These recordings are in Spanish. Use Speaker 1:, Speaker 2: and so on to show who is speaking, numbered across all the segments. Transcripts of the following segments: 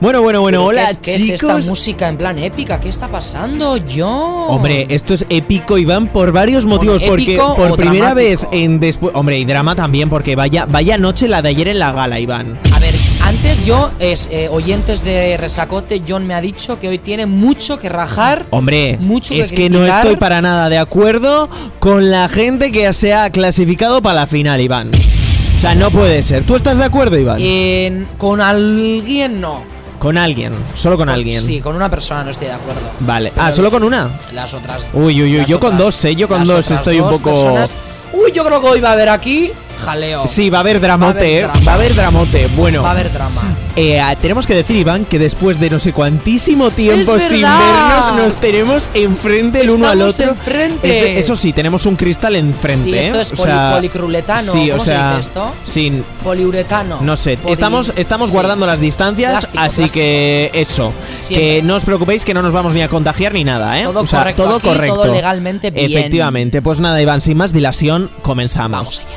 Speaker 1: Bueno, bueno, bueno,
Speaker 2: ¿Pero
Speaker 1: hola
Speaker 2: ¿qué es, qué es
Speaker 1: chicos.
Speaker 2: esta música en plan épica? ¿Qué está pasando yo?
Speaker 1: Hombre, eh. esto es épico, Iván, por varios motivos. Porque
Speaker 2: épico
Speaker 1: por
Speaker 2: o
Speaker 1: primera vez
Speaker 2: dramático.
Speaker 1: en después. Hombre, y drama también, porque vaya, vaya noche la de ayer en la gala, Iván.
Speaker 2: A ver, antes yo, es eh, oyentes de Resacote, John me ha dicho que hoy tiene mucho que rajar.
Speaker 1: Hombre,
Speaker 2: Mucho que
Speaker 1: es que no
Speaker 2: criticar.
Speaker 1: estoy para nada de acuerdo con la gente que se ha clasificado para la final, Iván. O sea, no puede ser. ¿Tú estás de acuerdo, Iván?
Speaker 2: eh, En- con alguien no.
Speaker 1: Con alguien, solo con alguien.
Speaker 2: Sí, con una persona no estoy de acuerdo.
Speaker 1: Vale. Ah, solo con una.
Speaker 2: Las otras.
Speaker 1: Uy, uy, uy,
Speaker 2: las
Speaker 1: yo con
Speaker 2: otras-
Speaker 1: dos, eh, yo con
Speaker 2: las
Speaker 1: dos
Speaker 2: otras
Speaker 1: estoy un
Speaker 2: dos
Speaker 1: poco-
Speaker 2: personas- Uy, yo creo que hoy va a haber aquí jaleo.
Speaker 1: Sí, va a haber dramote, eh.
Speaker 2: Va a haber drama.
Speaker 1: Va a haber dramote. Bueno.
Speaker 2: Va a haber drama.
Speaker 1: Eh, ah, tenemos que decir, Iván, que después de no sé cuantísimo tiempo
Speaker 2: ¡Es
Speaker 1: sin
Speaker 2: verdad!
Speaker 1: vernos, nos tenemos enfrente el uno al
Speaker 2: Estamos
Speaker 1: otro.
Speaker 2: enfrente.
Speaker 1: Es de- eso sí, tenemos un cristal enfrente.
Speaker 2: Sí, esto
Speaker 1: ¿eh?
Speaker 2: es poli- policruletano,
Speaker 1: Sí,
Speaker 2: ¿cómo
Speaker 1: o
Speaker 2: se
Speaker 1: sea,
Speaker 2: dice esto?
Speaker 1: sin-
Speaker 2: Poliuretano.
Speaker 1: no sé,
Speaker 2: Poli-
Speaker 1: estamos, estamos
Speaker 2: sí.
Speaker 1: guardando las distancias,
Speaker 2: Plástico,
Speaker 1: así
Speaker 2: plástico.
Speaker 1: que eso.
Speaker 2: Siempre.
Speaker 1: Que no os preocupéis que no nos vamos ni a contagiar ni nada, ¿eh?
Speaker 2: Todo
Speaker 1: O sea,
Speaker 2: correcto
Speaker 1: todo
Speaker 2: aquí,
Speaker 1: correcto.
Speaker 2: todo legalmente bien.
Speaker 1: Efectivamente, pues nada, Iván, sin más dilación, comenzamos.
Speaker 2: Vamos allá.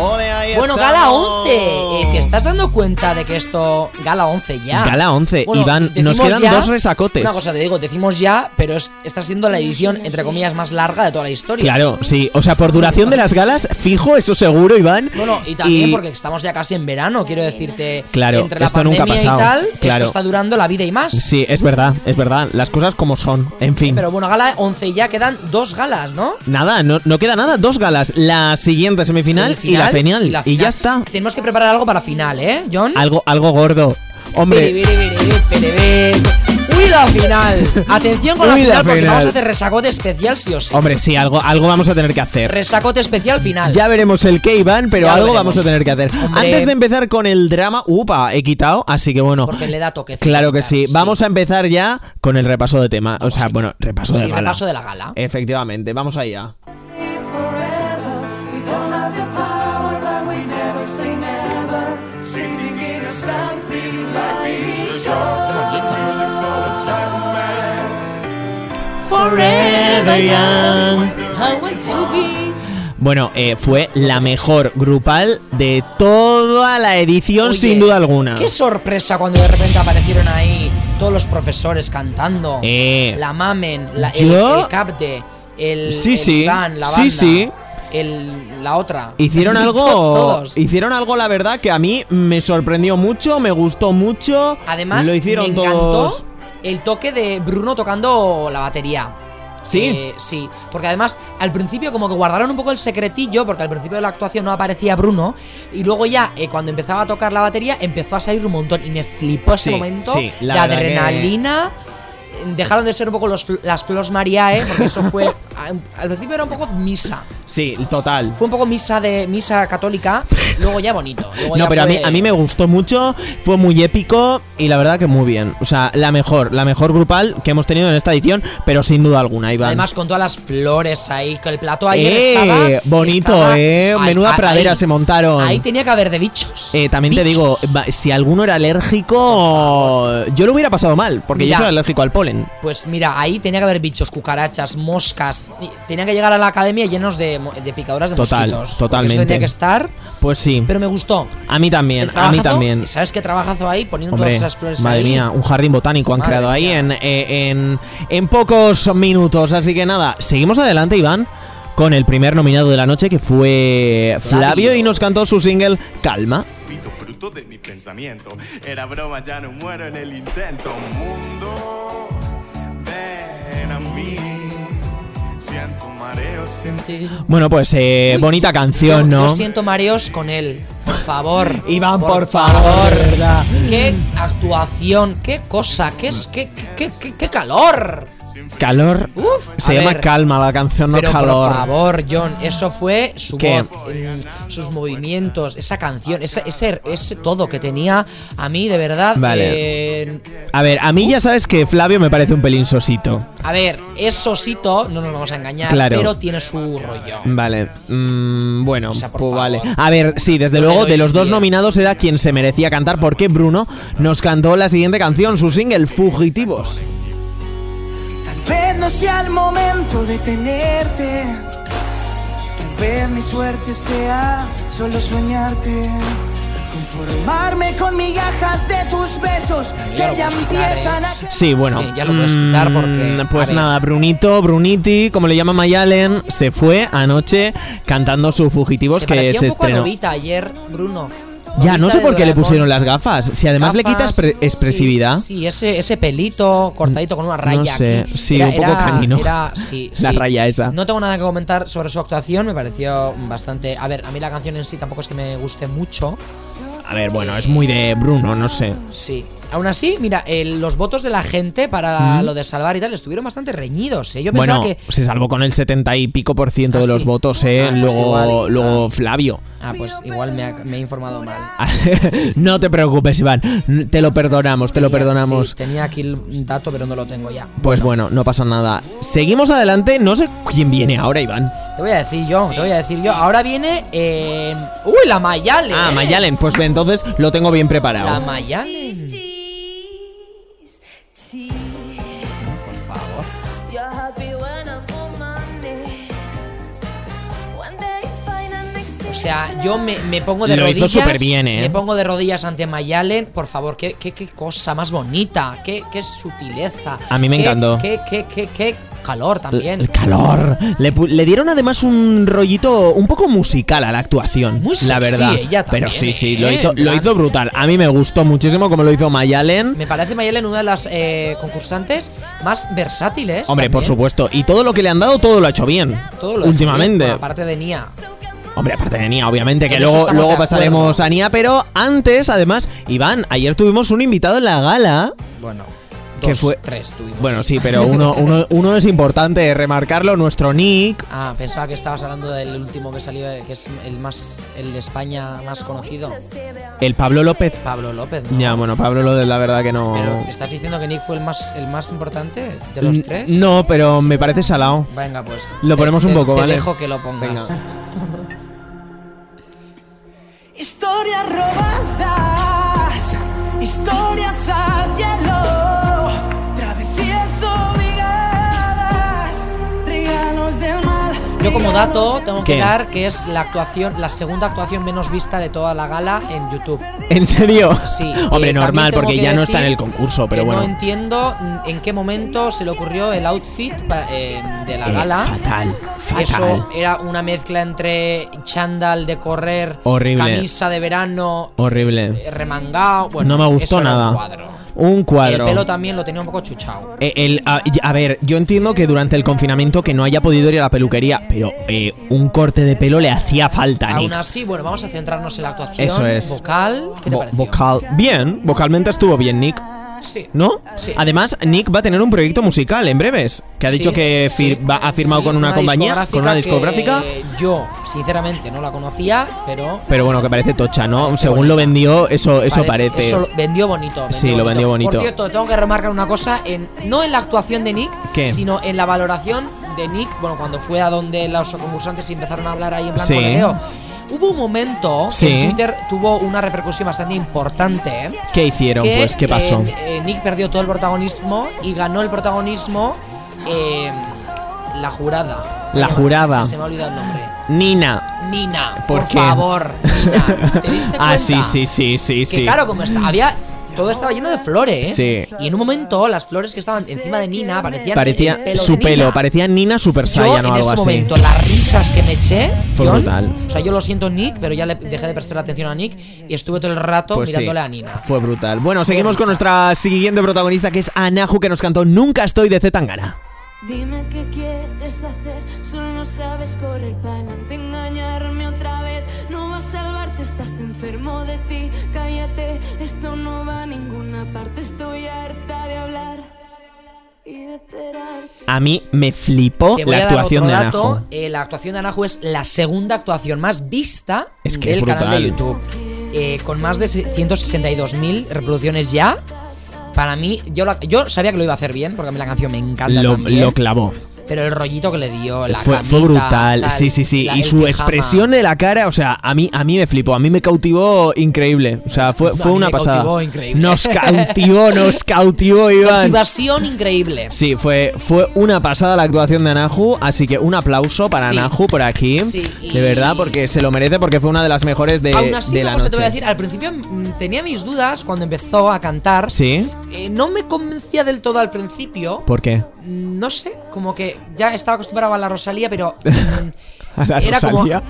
Speaker 1: Ole, ahí
Speaker 2: Bueno, Gala
Speaker 1: estamos.
Speaker 2: 11. eh, ¿Te estás dando cuenta de que esto. Gala 11 ya.
Speaker 1: Gala 11.
Speaker 2: Bueno,
Speaker 1: Iván, nos
Speaker 2: decimos
Speaker 1: quedan
Speaker 2: ya-
Speaker 1: dos resacotes.
Speaker 2: Una cosa te digo, decimos ya, pero es- está siendo la edición, entre comillas, más larga de toda la historia.
Speaker 1: Claro, sí. O sea, por duración de las galas, fijo, eso seguro, Iván.
Speaker 2: Bueno, y también porque estamos ya casi en verano, quiero decirte.
Speaker 1: Claro,
Speaker 2: entre la
Speaker 1: esto nunca ha
Speaker 2: pandemia
Speaker 1: pasado,
Speaker 2: y tal,
Speaker 1: claro.
Speaker 2: esto está durando la vida y más. Eh,
Speaker 1: Sí, es verdad, es verdad. Las cosas como son. En fin.
Speaker 2: Pero bueno, gala 11 ya quedan dos galas, ¿no?
Speaker 1: Nada, no, no queda nada. Dos galas. La siguiente semifinal, y la final. Y,
Speaker 2: final.
Speaker 1: ya está.
Speaker 2: Tenemos que preparar algo para final, ¿eh, John?
Speaker 1: Algo, algo gordo.
Speaker 2: Biri,
Speaker 1: Hombre,
Speaker 2: biri, biri, biri, biri. Uy, la final. Atención con la
Speaker 1: Uy, la
Speaker 2: final porque
Speaker 1: final.
Speaker 2: vamos a hacer resacote especial, sí o sí.
Speaker 1: hombre, sí, algo, algo vamos a tener que hacer.
Speaker 2: Resacote especial final.
Speaker 1: Ya veremos el que Iván, pero
Speaker 2: Ya lo
Speaker 1: algo
Speaker 2: veremos.
Speaker 1: vamos a tener que hacer.
Speaker 2: Hombre.
Speaker 1: Antes de empezar con el drama, upa, he quitado, así que bueno.
Speaker 2: Porque le da toque.
Speaker 1: Claro que sí. Vamos a empezar ya con el repaso de tema. O sea, bueno, repaso de
Speaker 2: Sí,
Speaker 1: gala. Eh.
Speaker 2: repaso de la gala.
Speaker 1: Efectivamente, vamos allá.
Speaker 2: Qué bonito.
Speaker 1: Bueno, eh, fue la mejor grupal de toda la edición,
Speaker 2: Oye,
Speaker 1: sin duda alguna.
Speaker 2: Qué sorpresa cuando de repente aparecieron ahí todos los profesores cantando.
Speaker 1: Eh.
Speaker 2: La mamen, la, el,
Speaker 1: Yo-
Speaker 2: el capde, el,
Speaker 1: Sí,
Speaker 2: el
Speaker 1: sí.
Speaker 2: Iván, la
Speaker 1: Sí,
Speaker 2: banda,
Speaker 1: sí.
Speaker 2: el- la otra.
Speaker 1: Hicieron algo,
Speaker 2: Todos.
Speaker 1: hicieron algo la verdad que a mí me sorprendió mucho, me gustó mucho.
Speaker 2: Además,
Speaker 1: lo hicieron
Speaker 2: me encantó
Speaker 1: todos.
Speaker 2: el toque de Bruno tocando la batería.
Speaker 1: ¿Sí?
Speaker 2: Eh, sí, porque además al principio como que guardaron un poco el secretillo, porque al principio de la actuación no aparecía Bruno, y luego ya eh, cuando empezaba a tocar la batería empezó a salir un montón, y me flipó ese
Speaker 1: Sí,
Speaker 2: momento
Speaker 1: sí, la verdad
Speaker 2: de
Speaker 1: que-
Speaker 2: adrenalina. eh, Dejaron de ser un poco los fl- las Flos Mariae, porque eso fue. a- al principio era un poco misa.
Speaker 1: Sí, total.
Speaker 2: Fue un poco misa de misa católica, luego ya bonito. luego
Speaker 1: No,
Speaker 2: ya
Speaker 1: pero a mí,
Speaker 2: fue-
Speaker 1: a mí me gustó mucho, fue muy épico y la verdad que muy bien. O sea, la mejor, la mejor grupal que hemos tenido en esta edición, pero sin duda alguna, Iván.
Speaker 2: Además, con todas las flores ahí, que el plato ayer
Speaker 1: Eh,
Speaker 2: estaba.
Speaker 1: bonito,
Speaker 2: estaba-
Speaker 1: eh.
Speaker 2: Ay,
Speaker 1: Menuda
Speaker 2: ay,
Speaker 1: pradera
Speaker 2: ahí-
Speaker 1: se montaron.
Speaker 2: Ahí tenía que haber de bichos.
Speaker 1: Eh, también te digo,
Speaker 2: Bichos.
Speaker 1: va- si alguno era alérgico, yo lo hubiera pasado mal, porque
Speaker 2: Mira.
Speaker 1: yo soy alérgico al polen.
Speaker 2: Pues mira, ahí tenía que haber bichos, cucarachas, moscas. y Tenían que llegar a la academia llenos de, mo- de picadoras de
Speaker 1: Total,
Speaker 2: mosquitos. porque
Speaker 1: totalmente.
Speaker 2: Eso tenía que estar,
Speaker 1: Pues sí,
Speaker 2: pero me gustó.
Speaker 1: a mí también,
Speaker 2: El
Speaker 1: a mí
Speaker 2: trabajazo,
Speaker 1: también.
Speaker 2: ¿Sabes qué trabajazo ahí? Poniendo
Speaker 1: Hombre,
Speaker 2: todas esas flores
Speaker 1: madre
Speaker 2: ahí.
Speaker 1: mía, un jardín botánico han
Speaker 2: Madre
Speaker 1: creado ahí en, eh, en, en pocos minutos. Así que nada, seguimos adelante, Iván, con el primer nominado de la noche, que fue Flavio,
Speaker 2: Flavio.
Speaker 1: y nos cantó su single Calma.
Speaker 3: Pito fruto de mi pensamiento. Era broma, ya no muero en el intento. Mundo, ven a mí. Siento mareos, siento.
Speaker 1: Bueno, pues eh, bonita
Speaker 2: Yo,
Speaker 1: canción,
Speaker 2: yo
Speaker 1: ¿no?
Speaker 2: siento mareos con él. Por favor.
Speaker 1: Iván, por favor, de verdad.
Speaker 2: Qué actuación, qué cosa, qué, es, qué, qué, qué, qué calor.
Speaker 1: Calor.
Speaker 2: Uf,
Speaker 1: Se
Speaker 2: a
Speaker 1: llama
Speaker 2: ver,
Speaker 1: Calma la canción, no
Speaker 2: Pero
Speaker 1: calor.
Speaker 2: por favor, John, eso fue su
Speaker 1: ¿Qué?
Speaker 2: voz, mm, sus movimientos, esa canción, ese, ese, ese todo que tenía a mí, de verdad.
Speaker 1: Vale.
Speaker 2: eh,
Speaker 1: A ver, a mí ya sabes que Flavio me parece un pelín sosito.
Speaker 2: a ver, es sosito, no nos vamos a engañar,
Speaker 1: Claro.
Speaker 2: pero tiene su rollo.
Speaker 1: Vale, mm, bueno,
Speaker 2: O sea, por
Speaker 1: pues
Speaker 2: favor.
Speaker 1: vale. A ver, sí, desde
Speaker 2: Yo le
Speaker 1: luego,
Speaker 2: doy
Speaker 1: de
Speaker 2: un
Speaker 1: los dos
Speaker 2: 10.
Speaker 1: nominados era quien se merecía cantar, porque Bruno nos cantó la siguiente canción, su single, Fugitivos.
Speaker 4: Vez no no sea el momento de tenerte. Tal vez mi suerte sea solo soñarte. Conformarme con migajas de tus besos
Speaker 2: Ya lo
Speaker 4: que ya
Speaker 2: puedes quitar,
Speaker 4: empiezan
Speaker 2: ¿eh?
Speaker 4: a.
Speaker 1: Sí, bueno.
Speaker 2: Sí, ya lo puedes quitar porque,
Speaker 1: Mm,
Speaker 2: a
Speaker 1: Pues
Speaker 2: ver.
Speaker 1: nada, Brunito, Bruniti, como le llama Mayalen, se fue anoche cantando sus fugitivos
Speaker 2: Se
Speaker 1: que
Speaker 2: parecía
Speaker 1: se
Speaker 2: un poco a
Speaker 1: estrenó.
Speaker 2: Lolita ayer, Bruno.
Speaker 1: Ya, no
Speaker 2: Lolita
Speaker 1: sé
Speaker 2: de
Speaker 1: por qué le
Speaker 2: Doraemon.
Speaker 1: pusieron las gafas. Si además le quitas
Speaker 2: Gafas,
Speaker 1: pre- expresividad.
Speaker 2: Sí, sí, ese, ese pelito cortadito con una raya.
Speaker 1: sé,
Speaker 2: aquí.
Speaker 1: sí, un poco canino.
Speaker 2: era- sí,
Speaker 1: La
Speaker 2: sí.
Speaker 1: raya esa.
Speaker 2: No tengo nada que comentar sobre su actuación, me pareció bastante. A ver, a mí la canción en sí tampoco es que me guste mucho.
Speaker 1: A ver, bueno, es muy de Bruno, no sé.
Speaker 2: Sí. Aún así, mira, el- los votos de la gente para lo de salvar y tal estuvieron bastante reñidos. ¿eh? Yo
Speaker 1: Mm. Bueno,
Speaker 2: pensaba que.
Speaker 1: se salvó con el 70 y pico por ciento de
Speaker 2: Ah,
Speaker 1: los
Speaker 2: sí.
Speaker 1: votos, ¿eh?
Speaker 2: Ah, pues
Speaker 1: luego,
Speaker 2: igual.
Speaker 1: luego Flavio.
Speaker 2: Ah, pues igual me, ha- me he informado mal.
Speaker 1: Ah, no te preocupes, Iván. Te lo perdonamos, te lo
Speaker 2: Tenía-
Speaker 1: perdonamos.
Speaker 2: sí, tenía aquí el dato, pero no lo tengo ya.
Speaker 1: Pues bueno, no pasa nada. Seguimos adelante. No sé quién viene ahora, Iván.
Speaker 2: Te voy a decir yo, te voy a decir yo. Ahora viene. eh, ¡Uy, la Mayale!
Speaker 1: Ah, Mayalen. Pues entonces lo tengo bien
Speaker 2: La
Speaker 1: preparado.
Speaker 2: Mayale. Por favor.
Speaker 5: You're happy when I'm on my knees. One day is fine and next day
Speaker 2: O
Speaker 5: is
Speaker 2: sea, yo me, me pongo de
Speaker 1: Lo hizo
Speaker 2: rodillas.
Speaker 1: superbién, ¿eh?
Speaker 2: Me pongo de rodillas ante Mayalen. Por favor, qué, qué, qué cosa más bonita. Qué, qué sutileza.
Speaker 1: A mí me
Speaker 2: Qué-
Speaker 1: encantó.
Speaker 2: Qué, qué, qué, qué calor también.
Speaker 1: El calor. Le, pu- le dieron además un rollito un poco musical a la actuación.
Speaker 2: Muy
Speaker 1: la
Speaker 2: sexy
Speaker 1: verdad.
Speaker 2: ella también,
Speaker 1: Pero sí, sí,
Speaker 2: ¿eh?
Speaker 1: lo hizo,
Speaker 2: En
Speaker 1: lo
Speaker 2: plan-
Speaker 1: hizo brutal. A mí me gustó muchísimo como lo hizo Mayalen.
Speaker 2: Me parece Mayalen una de las eh, concursantes más versátiles.
Speaker 1: Hombre, por
Speaker 2: también.
Speaker 1: supuesto. Y todo lo que le han dado, todo lo ha hecho bien.
Speaker 2: Todo lo
Speaker 1: Últimamente.
Speaker 2: Aparte de Nia.
Speaker 1: Hombre, aparte de Nia, obviamente, que
Speaker 2: En eso
Speaker 1: luego,
Speaker 2: estamos
Speaker 1: luego
Speaker 2: de acuerdo.
Speaker 1: pasaremos a Nia. Pero antes, además, Iván, ayer tuvimos un invitado en la gala.
Speaker 2: Bueno.
Speaker 1: ¿Qué
Speaker 2: dos,
Speaker 1: fue?
Speaker 2: Tres tuvimos.
Speaker 1: Bueno, sí, pero uno, uno, uno es importante remarcarlo, nuestro Nick.
Speaker 2: Ah, pensaba que estabas hablando del último que salió, eh, que es el más, el de España más conocido,
Speaker 1: El Pablo López.
Speaker 2: Pablo López. ¿no?
Speaker 1: Ya, bueno, Pablo López, la verdad que no.
Speaker 2: Pero estás diciendo que Nick fue el más, el más importante de los
Speaker 1: Oh. N-
Speaker 2: tres.
Speaker 1: No, pero me parece salado.
Speaker 2: Venga, pues.
Speaker 1: Lo
Speaker 2: te-
Speaker 1: ponemos un
Speaker 2: te-
Speaker 1: poco,
Speaker 2: te
Speaker 1: ¿vale?
Speaker 2: dejo que lo pongas.
Speaker 1: Venga.
Speaker 4: Historias robadas, historias a hielo, travesías obligadas, regalos del mal.
Speaker 2: Yo como dato tengo que
Speaker 1: ¿Qué?
Speaker 2: dar que es la actuación, la segunda actuación menos vista de toda la gala en YouTube.
Speaker 1: ¿En serio?
Speaker 2: Sí.
Speaker 1: Hombre,
Speaker 2: eh, también
Speaker 1: normal,
Speaker 2: tengo
Speaker 1: porque
Speaker 2: que
Speaker 1: ya no está en
Speaker 2: decir
Speaker 1: el concurso, Oh, pero
Speaker 2: que
Speaker 1: bueno.
Speaker 2: No entiendo mm, en qué momento se le ocurrió el outfit pa- eh, de la
Speaker 1: Eh,
Speaker 2: gala.
Speaker 1: fatal, fatal.
Speaker 2: Eso era una mezcla entre chándal de correr,
Speaker 1: Horrible.
Speaker 2: camisa de verano,
Speaker 1: Horrible.
Speaker 2: eh, remangado. Bueno,
Speaker 1: no me gustó
Speaker 2: eso era un
Speaker 1: nada.
Speaker 2: cuadro.
Speaker 1: Un cuadro.
Speaker 2: El pelo también lo tenía un poco chuchao.
Speaker 1: Eh, el- a, y- a ver, yo entiendo que durante el confinamiento que no haya podido ir a la peluquería, pero eh, un corte de pelo le hacía falta, a
Speaker 2: Aún
Speaker 1: Nick.
Speaker 2: así, bueno, vamos a centrarnos en la actuación
Speaker 1: Eso es.
Speaker 2: vocal. ¿Qué te
Speaker 1: Vo-
Speaker 2: pareció?
Speaker 1: vocal. Bien, vocalmente estuvo bien, Nick.
Speaker 2: Sí.
Speaker 1: ¿No?
Speaker 2: Sí.
Speaker 1: Además, Nick va a tener un proyecto musical en breves. Que ha dicho
Speaker 2: Sí,
Speaker 1: que fir-
Speaker 2: sí,
Speaker 1: va- ha firmado
Speaker 2: sí,
Speaker 1: con una, compañía, con una discográfica.
Speaker 2: que Yo, sinceramente, no la conocía, pero.
Speaker 1: Pero bueno, que parece tocha, ¿no?
Speaker 2: Parece
Speaker 1: Según lo
Speaker 2: bonita.
Speaker 1: vendió, eso, eso parece.
Speaker 2: Eso lo- vendió bonito.
Speaker 1: Sí, lo vendió bonito.
Speaker 2: Por cierto, tengo que remarcar una cosa, en, no en la actuación de Nick,
Speaker 1: ¿Qué?
Speaker 2: sino en la valoración de Nick, bueno, cuando fue a donde los concursantes empezaron a hablar ahí en blanco
Speaker 1: Sí.
Speaker 2: leo. Hubo un momento
Speaker 1: Sí.
Speaker 2: que en Twitter tuvo una repercusión bastante importante. ¿eh?
Speaker 1: ¿Qué hicieron?
Speaker 2: que,
Speaker 1: pues, ¿qué pasó?
Speaker 2: eh, eh, Nick perdió todo el protagonismo y ganó el protagonismo eh, la jurada.
Speaker 1: La
Speaker 2: Se me-
Speaker 1: jurada.
Speaker 2: Se me ha olvidado el nombre.
Speaker 1: Nina.
Speaker 2: Nina,
Speaker 1: ¿Por
Speaker 2: por,
Speaker 1: qué?
Speaker 2: favor, Nina, ¿te diste cuenta?
Speaker 1: Ah, sí, sí, sí, sí,
Speaker 2: Que
Speaker 1: sí.
Speaker 2: claro, como está, había. Todo estaba lleno de flores.
Speaker 1: Sí.
Speaker 2: Y en un momento, las flores que estaban encima de Nina parecían. el
Speaker 1: Parecía
Speaker 2: pelo
Speaker 1: su
Speaker 2: de Nina.
Speaker 1: pelo, parecía Nina Super
Speaker 2: Yo
Speaker 1: Saiyan
Speaker 2: en
Speaker 1: o algo
Speaker 2: ese
Speaker 1: así.
Speaker 2: momento, las risas que me eché.
Speaker 1: Fue
Speaker 2: John,
Speaker 1: brutal.
Speaker 2: O sea, yo lo siento, Nick, pero ya le dejé de prestar atención a Nick y estuve todo el rato
Speaker 1: Pues sí,
Speaker 2: mirándole a Nina.
Speaker 1: Fue brutal. Bueno, seguimos con
Speaker 2: risa.
Speaker 1: nuestra siguiente protagonista que es Anahu que nos cantó Nunca estoy de Zetangana.
Speaker 5: Dime qué quieres hacer, solo no sabes correr pa'lante, engañarme otra vez. No va a salvarte, estás enfermo de ti. Cállate, esto no va a ninguna parte. Estoy harta de hablar y de esperarte.
Speaker 1: A mí me flipó
Speaker 2: Te
Speaker 1: Oh, la
Speaker 2: voy a dar
Speaker 1: actuación de
Speaker 2: otro
Speaker 1: Anahu.
Speaker 2: dato. Eh, la actuación de Anahu es la segunda actuación más vista
Speaker 1: Es que
Speaker 2: del
Speaker 1: es
Speaker 2: canal de
Speaker 1: brutal.
Speaker 2: YouTube. Eh, con más de 162.000 reproducciones ya. Para mí, yo, la- yo sabía que lo iba a hacer bien, porque a mí la canción me encanta.
Speaker 1: Lo,
Speaker 2: también.
Speaker 1: lo clavó.
Speaker 2: pero el rollito que le dio, la
Speaker 1: fue, fue
Speaker 2: camita,
Speaker 1: brutal,
Speaker 2: tal,
Speaker 1: sí, sí, sí.
Speaker 2: la-
Speaker 1: y
Speaker 2: el
Speaker 1: su
Speaker 2: pijama.
Speaker 1: expresión de la cara, o sea, a mí, a mí me flipó, a mí me cautivó increíble. O sea, fue,
Speaker 2: No, a
Speaker 1: fue
Speaker 2: mí
Speaker 1: una
Speaker 2: me
Speaker 1: pasada.
Speaker 2: cautivó increíble.
Speaker 1: Nos cautivó, nos cautivó, Iván.
Speaker 2: Activación increíble.
Speaker 1: Sí, fue, fue una pasada la actuación de Anahu, así que un aplauso para
Speaker 2: Sí.
Speaker 1: Anahu por aquí.
Speaker 2: Sí, y-
Speaker 1: De verdad, porque se lo merece, porque fue una de las mejores de,
Speaker 2: Aún así,
Speaker 1: de la
Speaker 2: luego se
Speaker 1: noche.
Speaker 2: te voy a decir, al principio mm, tenía mis dudas cuando empezó a cantar.
Speaker 1: Sí,
Speaker 2: Eh, no me convencía del todo al principio.
Speaker 1: ¿por qué?
Speaker 2: Mm, No sé, como que ya estaba acostumbrado a la Rosalía, pero. mm,
Speaker 1: A la
Speaker 2: Era como-
Speaker 1: Rosalía.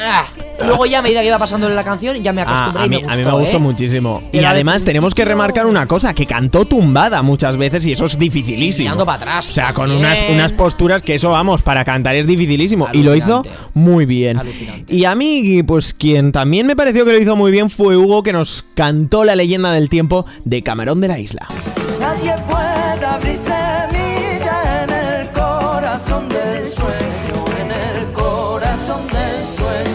Speaker 2: ah, luego ya a medida que iba pasando la canción, ya me
Speaker 1: Ah,
Speaker 2: acostumbré
Speaker 1: a,
Speaker 2: y
Speaker 1: mí,
Speaker 2: me gustó.
Speaker 1: a mí me gustó
Speaker 2: ¿eh?
Speaker 1: muchísimo. Y
Speaker 2: Pero al
Speaker 1: además tenemos que
Speaker 2: principio-
Speaker 1: remarcar una cosa, que cantó tumbada muchas veces y eso es dificilísimo.
Speaker 2: Mirando para atrás
Speaker 1: O sea, con
Speaker 2: también.
Speaker 1: unas, unas posturas que eso, vamos, para cantar es dificilísimo. Y lo hizo
Speaker 2: Alucinante.
Speaker 1: muy bien.
Speaker 2: Alucinante.
Speaker 1: Y a mí, pues quien también me pareció que lo hizo muy bien fue Hugo, que nos cantó la leyenda del tiempo de Camarón de la Isla.
Speaker 4: Nadie puede abrir semilla en el corazón del sueño, en el corazón del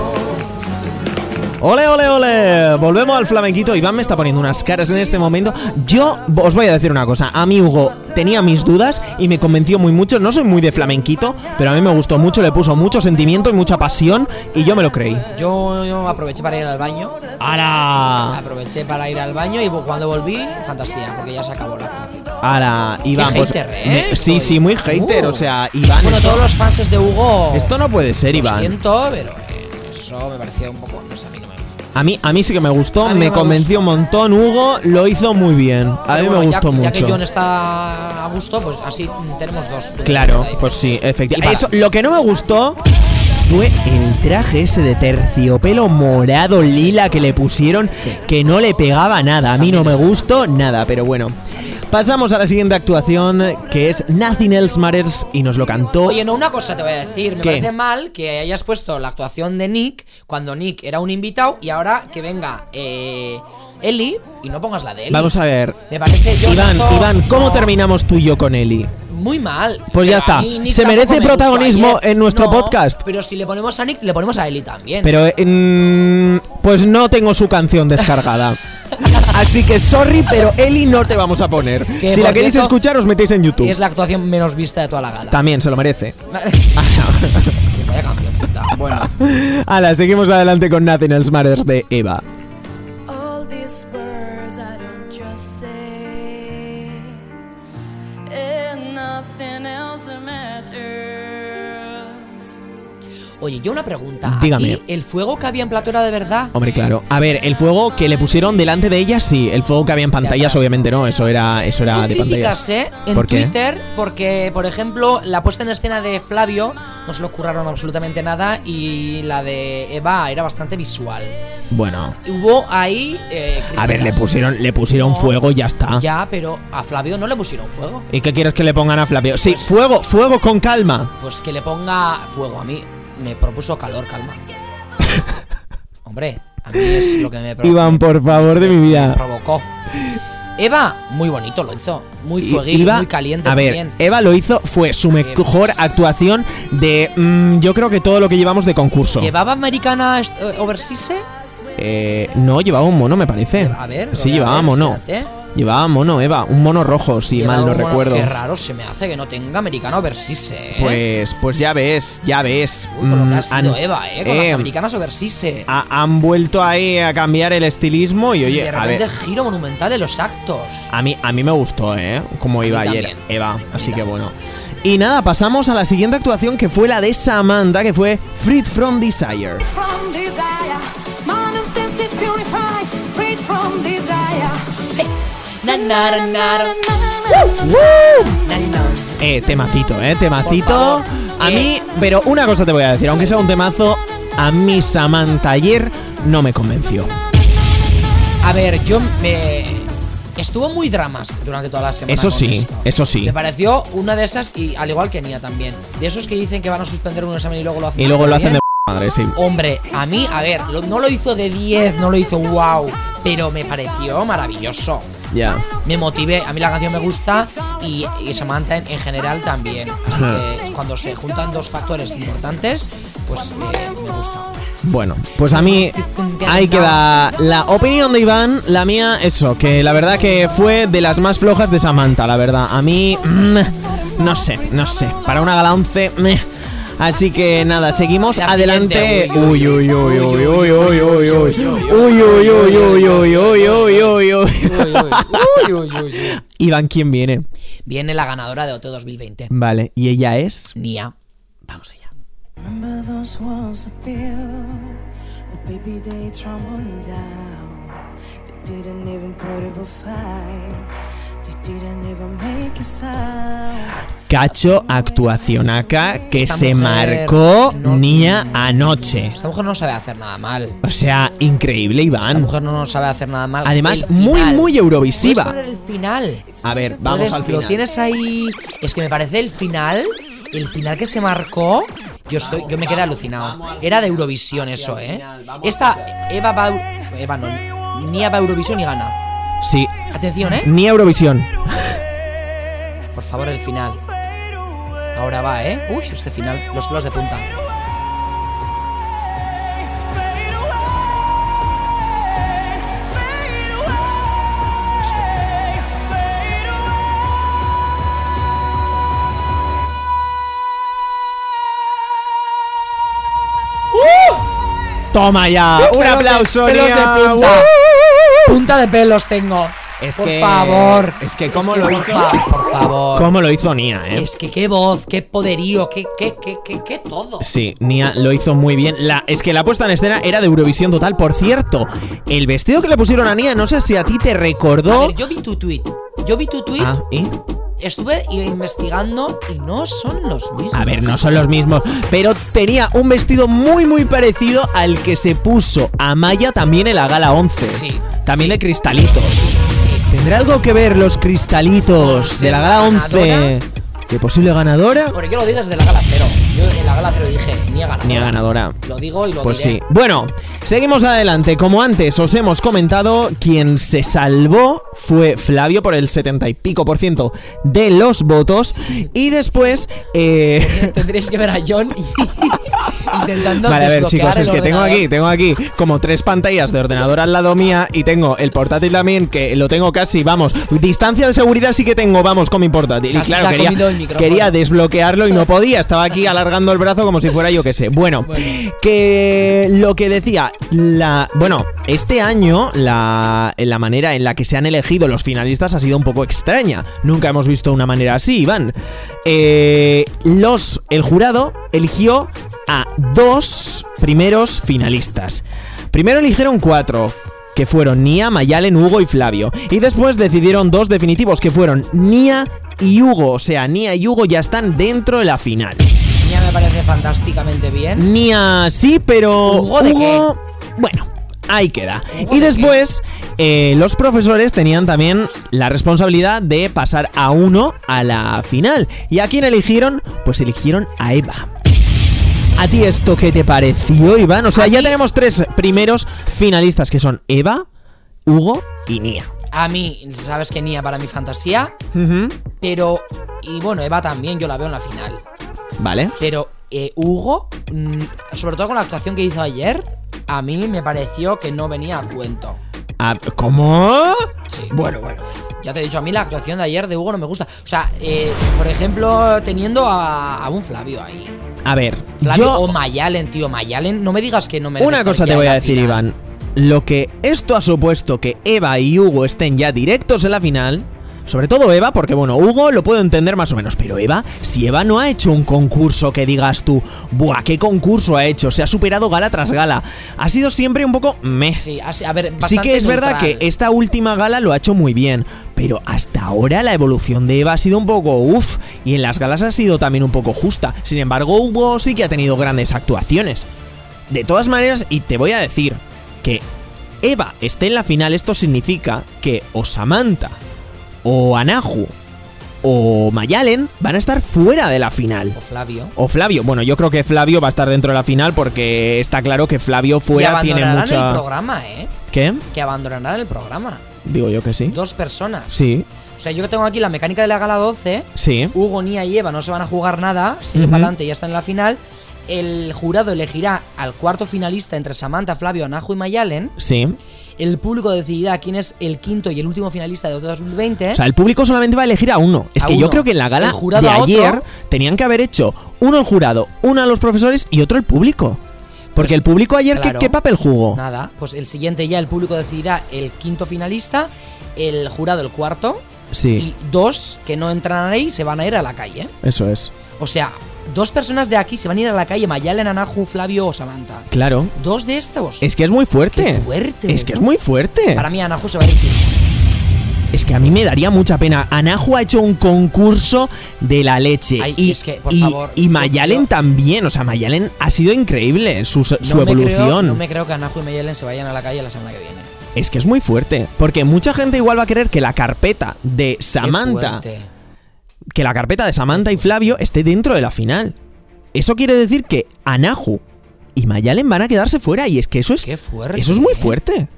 Speaker 4: sueño.
Speaker 1: Ole, ole, ole. Volvemos al flamenquito. Iván me está poniendo unas caras en este momento. Yo os voy a decir una cosa. A mí Hugo tenía mis dudas y me convenció muy mucho. No soy muy de flamenquito, pero a mí me gustó mucho. Le puso mucho sentimiento y mucha pasión y yo me lo creí.
Speaker 2: Yo, yo aproveché para ir al baño.
Speaker 1: ¡Hala!
Speaker 2: Aproveché para ir al baño y cuando volví, fantasía, porque ya se acabó la actuación.
Speaker 1: ¡Hala! Iván, pues...
Speaker 2: hater, ¿eh?
Speaker 1: me- sí,
Speaker 2: Estoy-
Speaker 1: sí, muy hater.
Speaker 2: Uh.
Speaker 1: O sea, Iván...
Speaker 2: Bueno,
Speaker 1: esto-
Speaker 2: todos los fans de Hugo.
Speaker 1: Esto no puede ser,
Speaker 2: Lo
Speaker 1: Iván.
Speaker 2: siento, pero eh, eso me parecía un poco. No sé, a mí no me gusta.
Speaker 1: A mí, a mí sí que me gustó,
Speaker 2: A mí
Speaker 1: me,
Speaker 2: no me
Speaker 1: convenció un montón. Hugo lo hizo muy bien. A mí
Speaker 2: Pero
Speaker 1: me
Speaker 2: bueno, ya-
Speaker 1: gustó mucho.
Speaker 2: Ya que John está a gusto, pues así mm, tenemos dos. puntos de
Speaker 1: Claro,
Speaker 2: vista
Speaker 1: pues sí,
Speaker 2: diferentes.
Speaker 1: efectivamente.
Speaker 2: Y
Speaker 1: Eso,
Speaker 2: para-
Speaker 1: lo que no me gustó fue el traje ese de terciopelo morado lila que le pusieron, que no le pegaba nada. A mí no me gustó nada, pero bueno. Pasamos a la siguiente actuación, que es Nothing Else Matters, y nos lo cantó.
Speaker 2: Oye, no, una cosa te voy a decir. Me
Speaker 1: Oh. ¿Qué?
Speaker 2: parece mal que hayas puesto la actuación de Nick cuando Nick era un invitado y ahora que venga eh, Eli y no pongas la de Eli.
Speaker 1: Vamos a ver.
Speaker 2: Me parece yo.
Speaker 1: Iván,
Speaker 2: esto-
Speaker 1: Iván, ¿cómo
Speaker 2: no,
Speaker 1: terminamos tú y yo con Eli?
Speaker 2: Muy mal.
Speaker 1: Pues ya
Speaker 2: Pero a
Speaker 1: está.
Speaker 2: mí Nick
Speaker 1: Se
Speaker 2: tampoco
Speaker 1: merece
Speaker 2: me gustó
Speaker 1: protagonismo
Speaker 2: ayer.
Speaker 1: en nuestro
Speaker 2: No,
Speaker 1: podcast.
Speaker 2: Pero si le ponemos a Nick, le ponemos a Eli también.
Speaker 1: Pero eh, mm, pues no tengo su canción descargada. Así que sorry, pero Eli no te vamos a poner.
Speaker 2: Que,
Speaker 1: si la
Speaker 2: por
Speaker 1: queréis
Speaker 2: cierto,
Speaker 1: escuchar, os metéis en YouTube.
Speaker 2: es la actuación menos vista de toda la gala.
Speaker 1: También se lo merece. Ah,
Speaker 2: Que Vaya cancioncita. Bueno.
Speaker 1: Ala, seguimos adelante con Nothing Else Matters de Eva.
Speaker 5: All these words I don't just say, and nothing else matters.
Speaker 2: Oye, yo una pregunta.
Speaker 1: Dígame.
Speaker 2: Aquí, ¿El fuego que había en plato era de verdad?
Speaker 1: Hombre, claro. A ver, el fuego que le pusieron delante de ella, sí. El fuego que había en pantallas,
Speaker 2: atrás,
Speaker 1: obviamente no. Eso era, eso
Speaker 2: Hubo
Speaker 1: era Ah, de pantalla.
Speaker 2: críticas, ¿eh? En
Speaker 1: ¿Por qué?
Speaker 2: Twitter, porque, por ejemplo, la puesta en escena de Flavio no se lo curraron absolutamente nada y la de Eva era bastante visual.
Speaker 1: Bueno,
Speaker 2: Hubo ahí. eh,
Speaker 1: a ver, le
Speaker 2: críticas.
Speaker 1: pusieron, le pusieron
Speaker 2: No.
Speaker 1: fuego y ya está.
Speaker 2: Ya, pero a Flavio no le pusieron fuego.
Speaker 1: ¿Y qué quieres que le pongan a Flavio? Sí, fuego, fuego con calma.
Speaker 2: Pues que le ponga fuego a mí. Me propuso calor, calma. Hombre, a mí es lo que me pro-
Speaker 1: Iván, por favor, de mi vida.
Speaker 2: me provocó. Eva, muy bonito lo hizo. Muy fueguil,
Speaker 1: Iba-
Speaker 2: muy caliente
Speaker 1: A ver,
Speaker 2: también. pues
Speaker 1: Eva lo hizo, fue su mejor actuación de. mm, yo creo que todo lo que llevamos de concurso.
Speaker 2: ¿Llevaba americana est- eh, overseas?
Speaker 1: Eh, no, llevaba un mono, me parece.
Speaker 2: A ver. lo
Speaker 1: Sí,
Speaker 2: voy a
Speaker 1: llevaba
Speaker 2: ver,
Speaker 1: mono.
Speaker 2: espérate.
Speaker 1: Llevaba mono, Eva. Un mono rojo, si
Speaker 2: Llevaba
Speaker 1: mal no
Speaker 2: un mono-
Speaker 1: recuerdo.
Speaker 2: Qué raro se me hace que no tenga americana overseas. eh.
Speaker 1: Pues, pues ya ves, ya ves.
Speaker 2: Uy, con lo que
Speaker 1: Mm,
Speaker 2: ha sido
Speaker 1: han-
Speaker 2: Eva, eh. Con las
Speaker 1: eh,
Speaker 2: americanas overseas. eh.
Speaker 1: ha- han vuelto ahí a cambiar el estilismo y
Speaker 2: y
Speaker 1: oye,
Speaker 2: de
Speaker 1: a
Speaker 2: repente
Speaker 1: ver.
Speaker 2: giro monumental de los actos.
Speaker 1: A mí, a mí me gustó, ¿eh? Como
Speaker 2: mí
Speaker 1: iba ayer
Speaker 2: también.
Speaker 1: Eva,
Speaker 2: A mí
Speaker 1: así que
Speaker 2: también.
Speaker 1: bueno. Y nada, pasamos a la siguiente actuación que fue la de Samantha, que fue Freed from Desire.
Speaker 5: From desire, man and senses purified, freed from desire.
Speaker 2: Na, na, na, na, na, na.
Speaker 1: Eh, temacito, eh, temacito.
Speaker 2: Por favor.
Speaker 1: A
Speaker 2: Eh.
Speaker 1: mí, pero una cosa te voy a decir, aunque sea un temazo, a mí Samantha ayer no me convenció.
Speaker 2: A ver, yo me. Estuvo muy dramas durante toda la semana.
Speaker 1: Eso
Speaker 2: con
Speaker 1: sí,
Speaker 2: esto.
Speaker 1: eso sí.
Speaker 2: Me pareció una de esas, y al igual que Nia también. De esos que dicen que van a suspender un examen y luego lo hacen.
Speaker 1: Y luego lo hacen de
Speaker 2: bien.
Speaker 1: madre, sí.
Speaker 2: Hombre, a mí, a ver, lo- no lo hizo de 10, no lo hizo wow, pero me pareció maravilloso.
Speaker 1: Ya.
Speaker 2: Me motivé, a mí la canción me gusta y, y Samantha en, en general también. Así
Speaker 1: Ajá.
Speaker 2: que cuando se juntan dos factores importantes, pues eh, me gusta.
Speaker 1: Bueno, pues a mí ahí queda la opinión de Iván, la mía eso, que la verdad que fue de las más flojas de Samantha, la verdad. A mí mm, No sé, no sé. Para una gala 11, meh. Así que nada, seguimos
Speaker 2: La
Speaker 1: adelante.
Speaker 2: siguiente.
Speaker 1: Uy, uy, uy, uy, uy, uy, uy, uy. Uy, uy, uy, uy, uy, uy, uy, uy, uy.
Speaker 2: Uy, uy, uy, uy, uy, uy.
Speaker 1: Iván, ¿quién viene?
Speaker 2: Viene la ganadora de OT 2020.
Speaker 1: Vale, y ella es.
Speaker 2: Nia. Vamos allá.
Speaker 4: Remember those walls I built? Well, baby, they trampled down. They didn't even put up a fight. They didn't even make a sound.
Speaker 1: Cacho actuación acá que
Speaker 2: Esta
Speaker 1: se
Speaker 2: mujer
Speaker 1: marcó
Speaker 2: no-
Speaker 1: Nia anoche.
Speaker 2: Esta mujer no sabe hacer nada mal.
Speaker 1: O sea, increíble,
Speaker 2: Esta
Speaker 1: Iván.
Speaker 2: mujer no nos sabe hacer nada mal.
Speaker 1: Además,
Speaker 2: El
Speaker 1: muy,
Speaker 2: final.
Speaker 1: muy eurovisiva.
Speaker 2: Puedes poner el final.
Speaker 1: A ver, vamos
Speaker 2: Puedes-
Speaker 1: al final.
Speaker 2: Lo tienes ahí. Es que me parece el final. El final que se marcó. Yo estoy, yo me quedé alucinado. Era de Eurovisión eso, eh. Esta Eva va Eva no. Nia va a Eurovisión y gana.
Speaker 1: Sí,
Speaker 2: Atención, eh.
Speaker 1: Nia Eurovisión. Mm.
Speaker 2: Por favor, el final. Ahora va, eh. Uy, este final. Los pelos de punta.
Speaker 1: Toma ya, un
Speaker 2: Uh, Pelos de-
Speaker 1: aplauso,
Speaker 2: pelos de
Speaker 1: Nia.
Speaker 2: punta.
Speaker 1: Uh.
Speaker 2: Punta de pelos tengo.
Speaker 1: Es
Speaker 2: por
Speaker 1: que-
Speaker 2: favor.
Speaker 1: es que cómo lo
Speaker 2: por
Speaker 1: hizo.
Speaker 2: fa- por favor.
Speaker 1: ¿Cómo lo hizo Nia, eh?
Speaker 2: Es que qué voz, qué poderío, qué, qué, qué, qué, qué todo.
Speaker 1: Sí, Nia lo hizo muy bien. La, es que la puesta en escena era de Eurovisión total. Por cierto, el vestido que le pusieron a Nia, no sé si a ti te
Speaker 2: A
Speaker 1: recordó.
Speaker 2: ver, yo vi tu tweet. Yo vi tu tweet,
Speaker 1: Ah, ¿eh?
Speaker 2: estuve investigando y no son los mismos.
Speaker 1: A ver, no son los mismos, pero tenía un vestido muy muy parecido al que se puso Amaya también en la gala 11.
Speaker 2: Sí,
Speaker 1: También
Speaker 2: sí.
Speaker 1: de cristalitos.
Speaker 2: Sí.
Speaker 1: ¿Tendrá algo que ver los cristalitos
Speaker 2: Sí,
Speaker 1: de la gala 11?
Speaker 2: ganadora.
Speaker 1: ¿Qué posible ganadora?
Speaker 2: Porque yo lo digo desde la gala cero. Yo en la gala cero dije, ni a ganadora.
Speaker 1: Ni a ganadora.
Speaker 2: Lo digo y lo
Speaker 1: Pues
Speaker 2: diré.
Speaker 1: sí. Bueno, seguimos adelante. Como antes os hemos comentado, quien se salvó fue Flavio por el 70 y pico por ciento de los votos. Y después... eh,
Speaker 2: Tendréis que ver a John y- intentando
Speaker 1: Vale, a ver,
Speaker 2: desbloquear
Speaker 1: chicos,
Speaker 2: el
Speaker 1: es que tengo
Speaker 2: ordenador.
Speaker 1: aquí, tengo aquí como tres pantallas de ordenador al lado mía y tengo el portátil también, que lo tengo casi, vamos, distancia de seguridad sí que tengo, vamos, con mi portátil.
Speaker 2: Casi
Speaker 1: y
Speaker 2: se
Speaker 1: claro,
Speaker 2: ha comido el
Speaker 1: quería,
Speaker 2: micrófono.
Speaker 1: quería desbloquearlo y no podía, estaba aquí alargando el brazo como si fuera yo que sé. Bueno, que lo que decía, la bueno, este año la, la manera en la que se han elegido los finalistas ha sido un poco extraña. Nunca hemos visto una manera así, Iván. Eh, los, el jurado eligió a dos primeros finalistas. Primero eligieron cuatro, que fueron Nia, Mayalen, Hugo y Flavio. Y después decidieron dos definitivos, que fueron Nia y Hugo. O sea, Nia y Hugo ya están dentro de la final.
Speaker 2: Nia me parece fantásticamente bien.
Speaker 1: Nia sí, pero
Speaker 2: ¿Hugo de
Speaker 1: Hugo- Bueno, ahí queda.
Speaker 2: ¿Hugo
Speaker 1: Y
Speaker 2: de
Speaker 1: después, eh, los profesores tenían también la responsabilidad de pasar a uno a la final. ¿Y a quién eligieron? Pues eligieron a Eva. ¿A ti esto qué te pareció, Iván? O sea,
Speaker 2: A
Speaker 1: ya
Speaker 2: mí-
Speaker 1: tenemos tres primeros finalistas, que son Eva, Hugo y Nia.
Speaker 2: A mí, sabes que Nia para mi fantasía,
Speaker 1: Ujú.
Speaker 2: pero. Y bueno, Eva también, yo la veo en la final.
Speaker 1: Vale.
Speaker 2: Pero eh, Hugo, mm, sobre todo con la actuación que hizo ayer, a mí me pareció que no venía a cuento.
Speaker 1: Ah, ¿Cómo?
Speaker 2: Sí.
Speaker 1: Bueno, bueno.
Speaker 2: Ya te he dicho, a mí la actuación de ayer de Hugo no me gusta. O sea, eh, por ejemplo, teniendo a, a un Flavio ahí.
Speaker 1: A ver,
Speaker 2: Flavio
Speaker 1: yo
Speaker 2: o Mayalen, tío. Mayalen, no me digas que no merece
Speaker 1: Una
Speaker 2: estar
Speaker 1: cosa
Speaker 2: ya
Speaker 1: te
Speaker 2: en
Speaker 1: voy a
Speaker 2: la
Speaker 1: decir,
Speaker 2: final.
Speaker 1: Iván. Lo que esto ha supuesto que Eva y Hugo estén ya directos en la final. Sobre todo Eva, porque bueno, Hugo lo puedo entender más o menos, pero Eva, si Eva no ha hecho un concurso que digas tú, buah, qué concurso ha hecho, se ha superado gala tras gala, ha sido siempre un poco meh.
Speaker 2: Sí, así- a ver,
Speaker 1: Sí
Speaker 2: bastante
Speaker 1: que es verdad
Speaker 2: neutral.
Speaker 1: que esta última gala lo ha hecho muy bien, pero hasta ahora la evolución de Eva ha sido un poco uff, y en las galas ha sido también un poco justa. Sin embargo, Hugo sí que ha tenido grandes actuaciones. De todas maneras, y te voy a decir que Eva esté en la final, esto significa que o Samantha, o Anahu, o Mayalen van a estar fuera de la final.
Speaker 2: O Flavio.
Speaker 1: O Flavio, bueno, yo creo que Flavio va a estar dentro de la final porque está claro que Flavio fuera
Speaker 2: y
Speaker 1: tiene
Speaker 2: abandonarán el
Speaker 1: mucha...
Speaker 2: programa, ¿eh?
Speaker 1: ¿Qué?
Speaker 2: Que abandonarán el programa.
Speaker 1: Digo yo que sí.
Speaker 2: Dos personas.
Speaker 1: Sí,
Speaker 2: O sea, yo tengo aquí la mecánica de la gala 12.
Speaker 1: sí.
Speaker 2: Hugo, Nia y Eva no se van a jugar nada, siguen
Speaker 1: Ujú.
Speaker 2: para adelante y ya están en la final. El jurado elegirá al cuarto finalista entre Samantha, Flavio, Anahu y Mayalen.
Speaker 1: Sí,
Speaker 2: el público decidirá quién es el quinto y el último finalista de Oteo 2020.
Speaker 1: O sea, el público solamente va a elegir a uno. Es
Speaker 2: A
Speaker 1: que yo
Speaker 2: uno.
Speaker 1: creo que en la gala
Speaker 2: El jurado
Speaker 1: de
Speaker 2: a otro.
Speaker 1: ayer tenían que haber hecho uno al jurado, uno a los profesores y otro al público. Porque
Speaker 2: Pues,
Speaker 1: el público ayer, ¿qué-
Speaker 2: claro.
Speaker 1: ¿qué, papel jugó?
Speaker 2: Nada, pues el siguiente ya el público decidirá el quinto finalista, el jurado el cuarto
Speaker 1: Sí,
Speaker 2: y dos que no entrarán ahí se van a ir a la calle.
Speaker 1: eso es.
Speaker 2: O sea, dos personas de aquí se van a ir a la calle, Mayalen, Anahu, Flavio o Samantha.
Speaker 1: Claro.
Speaker 2: Dos de estos.
Speaker 1: Es que es muy fuerte.
Speaker 2: Qué fuerte.
Speaker 1: Es que es muy fuerte.
Speaker 2: Para mí Anahu se va a elegir.
Speaker 1: Es que a mí me daría mucha pena. Anahu ha hecho un concurso de la leche.
Speaker 2: Ay,
Speaker 1: y,
Speaker 2: es que, por
Speaker 1: y-
Speaker 2: favor,
Speaker 1: y
Speaker 2: yo-
Speaker 1: Mayalen
Speaker 2: yo-
Speaker 1: también. O sea, Mayalen ha sido increíble su, su
Speaker 2: No me creo-
Speaker 1: evolución.
Speaker 2: no me creo que Anahu y Mayalen se vayan a la calle la semana que viene.
Speaker 1: Es que es muy fuerte. Porque mucha gente igual va a querer que la carpeta de
Speaker 2: Qué
Speaker 1: Samantha.
Speaker 2: fuerte.
Speaker 1: que la carpeta de Samantha y Flavio esté dentro de la final. Eso quiere decir que Anahu y Mayalen van a quedarse fuera y es que eso es
Speaker 2: Qué fuerte,
Speaker 1: Eso es muy
Speaker 2: eh.
Speaker 1: fuerte.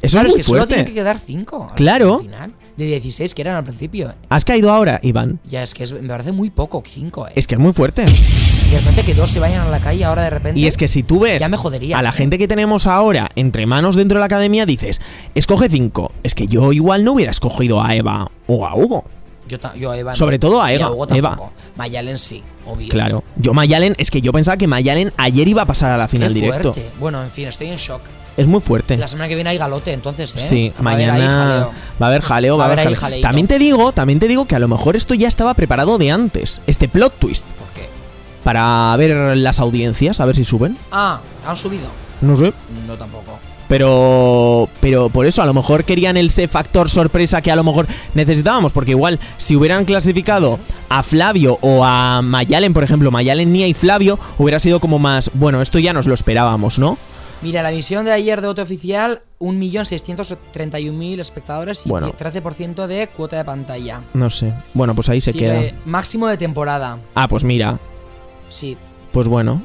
Speaker 1: Eso
Speaker 2: Claro,
Speaker 1: es
Speaker 2: es
Speaker 1: muy
Speaker 2: que solo
Speaker 1: fuerte.
Speaker 2: tienen que quedar cinco. al
Speaker 1: Claro.
Speaker 2: final. de 16 que eran al principio.
Speaker 1: Has caído ahora, Iván.
Speaker 2: Ya es que es- me parece muy poco, cinco. eh.
Speaker 1: Es que es muy fuerte.
Speaker 2: Y de repente que dos se vayan a la calle ahora de repente.
Speaker 1: Y es que si tú ves
Speaker 2: Ya me jodería,
Speaker 1: a la
Speaker 2: eh.
Speaker 1: gente que tenemos ahora entre manos dentro de la academia, dices, escoge cinco. Es que yo igual no hubiera escogido a Eva o a Hugo.
Speaker 2: Yo, ta- yo a Eva no.
Speaker 1: Sobre todo a
Speaker 2: Y
Speaker 1: Eva,
Speaker 2: Hugo
Speaker 1: Eva.
Speaker 2: tampoco. Mayalen sí, obvio.
Speaker 1: Claro. Yo Mayalen, es que yo pensaba que Mayalen ayer iba a pasar a la
Speaker 2: Qué
Speaker 1: final directo.
Speaker 2: fuerte. Bueno, en fin, estoy en shock.
Speaker 1: Es muy fuerte.
Speaker 2: La semana que viene hay galote, entonces, ¿eh?
Speaker 1: Sí,
Speaker 2: Va a haber
Speaker 1: mañana
Speaker 2: ahí jaleo.
Speaker 1: va a haber jaleo, va a haber
Speaker 2: ahí
Speaker 1: jaleo.
Speaker 2: jaleíto.
Speaker 1: También te digo, también te digo que a lo mejor esto ya estaba preparado de antes, este plot twist,
Speaker 2: ¿Por qué?
Speaker 1: para ver las audiencias, a ver si suben.
Speaker 2: Ah, ¿han subido?
Speaker 1: No sé.
Speaker 2: No tampoco.
Speaker 1: Pero pero por eso a lo mejor querían el ese factor sorpresa que a lo mejor necesitábamos, porque igual si hubieran clasificado a Flavio o a Mayalen, por ejemplo, Mayalen Nia y Flavio, hubiera sido como más, bueno, esto ya nos lo esperábamos, ¿no?
Speaker 2: Mira, la emisión de ayer de Otro Oficial, 1.631.000 espectadores y
Speaker 1: Bueno.
Speaker 2: 13% de cuota de pantalla.
Speaker 1: No sé. Bueno, pues ahí se
Speaker 2: Sigue
Speaker 1: queda.
Speaker 2: Máximo de temporada,
Speaker 1: Ah, pues mira,
Speaker 2: sí. ah,
Speaker 1: pues bueno,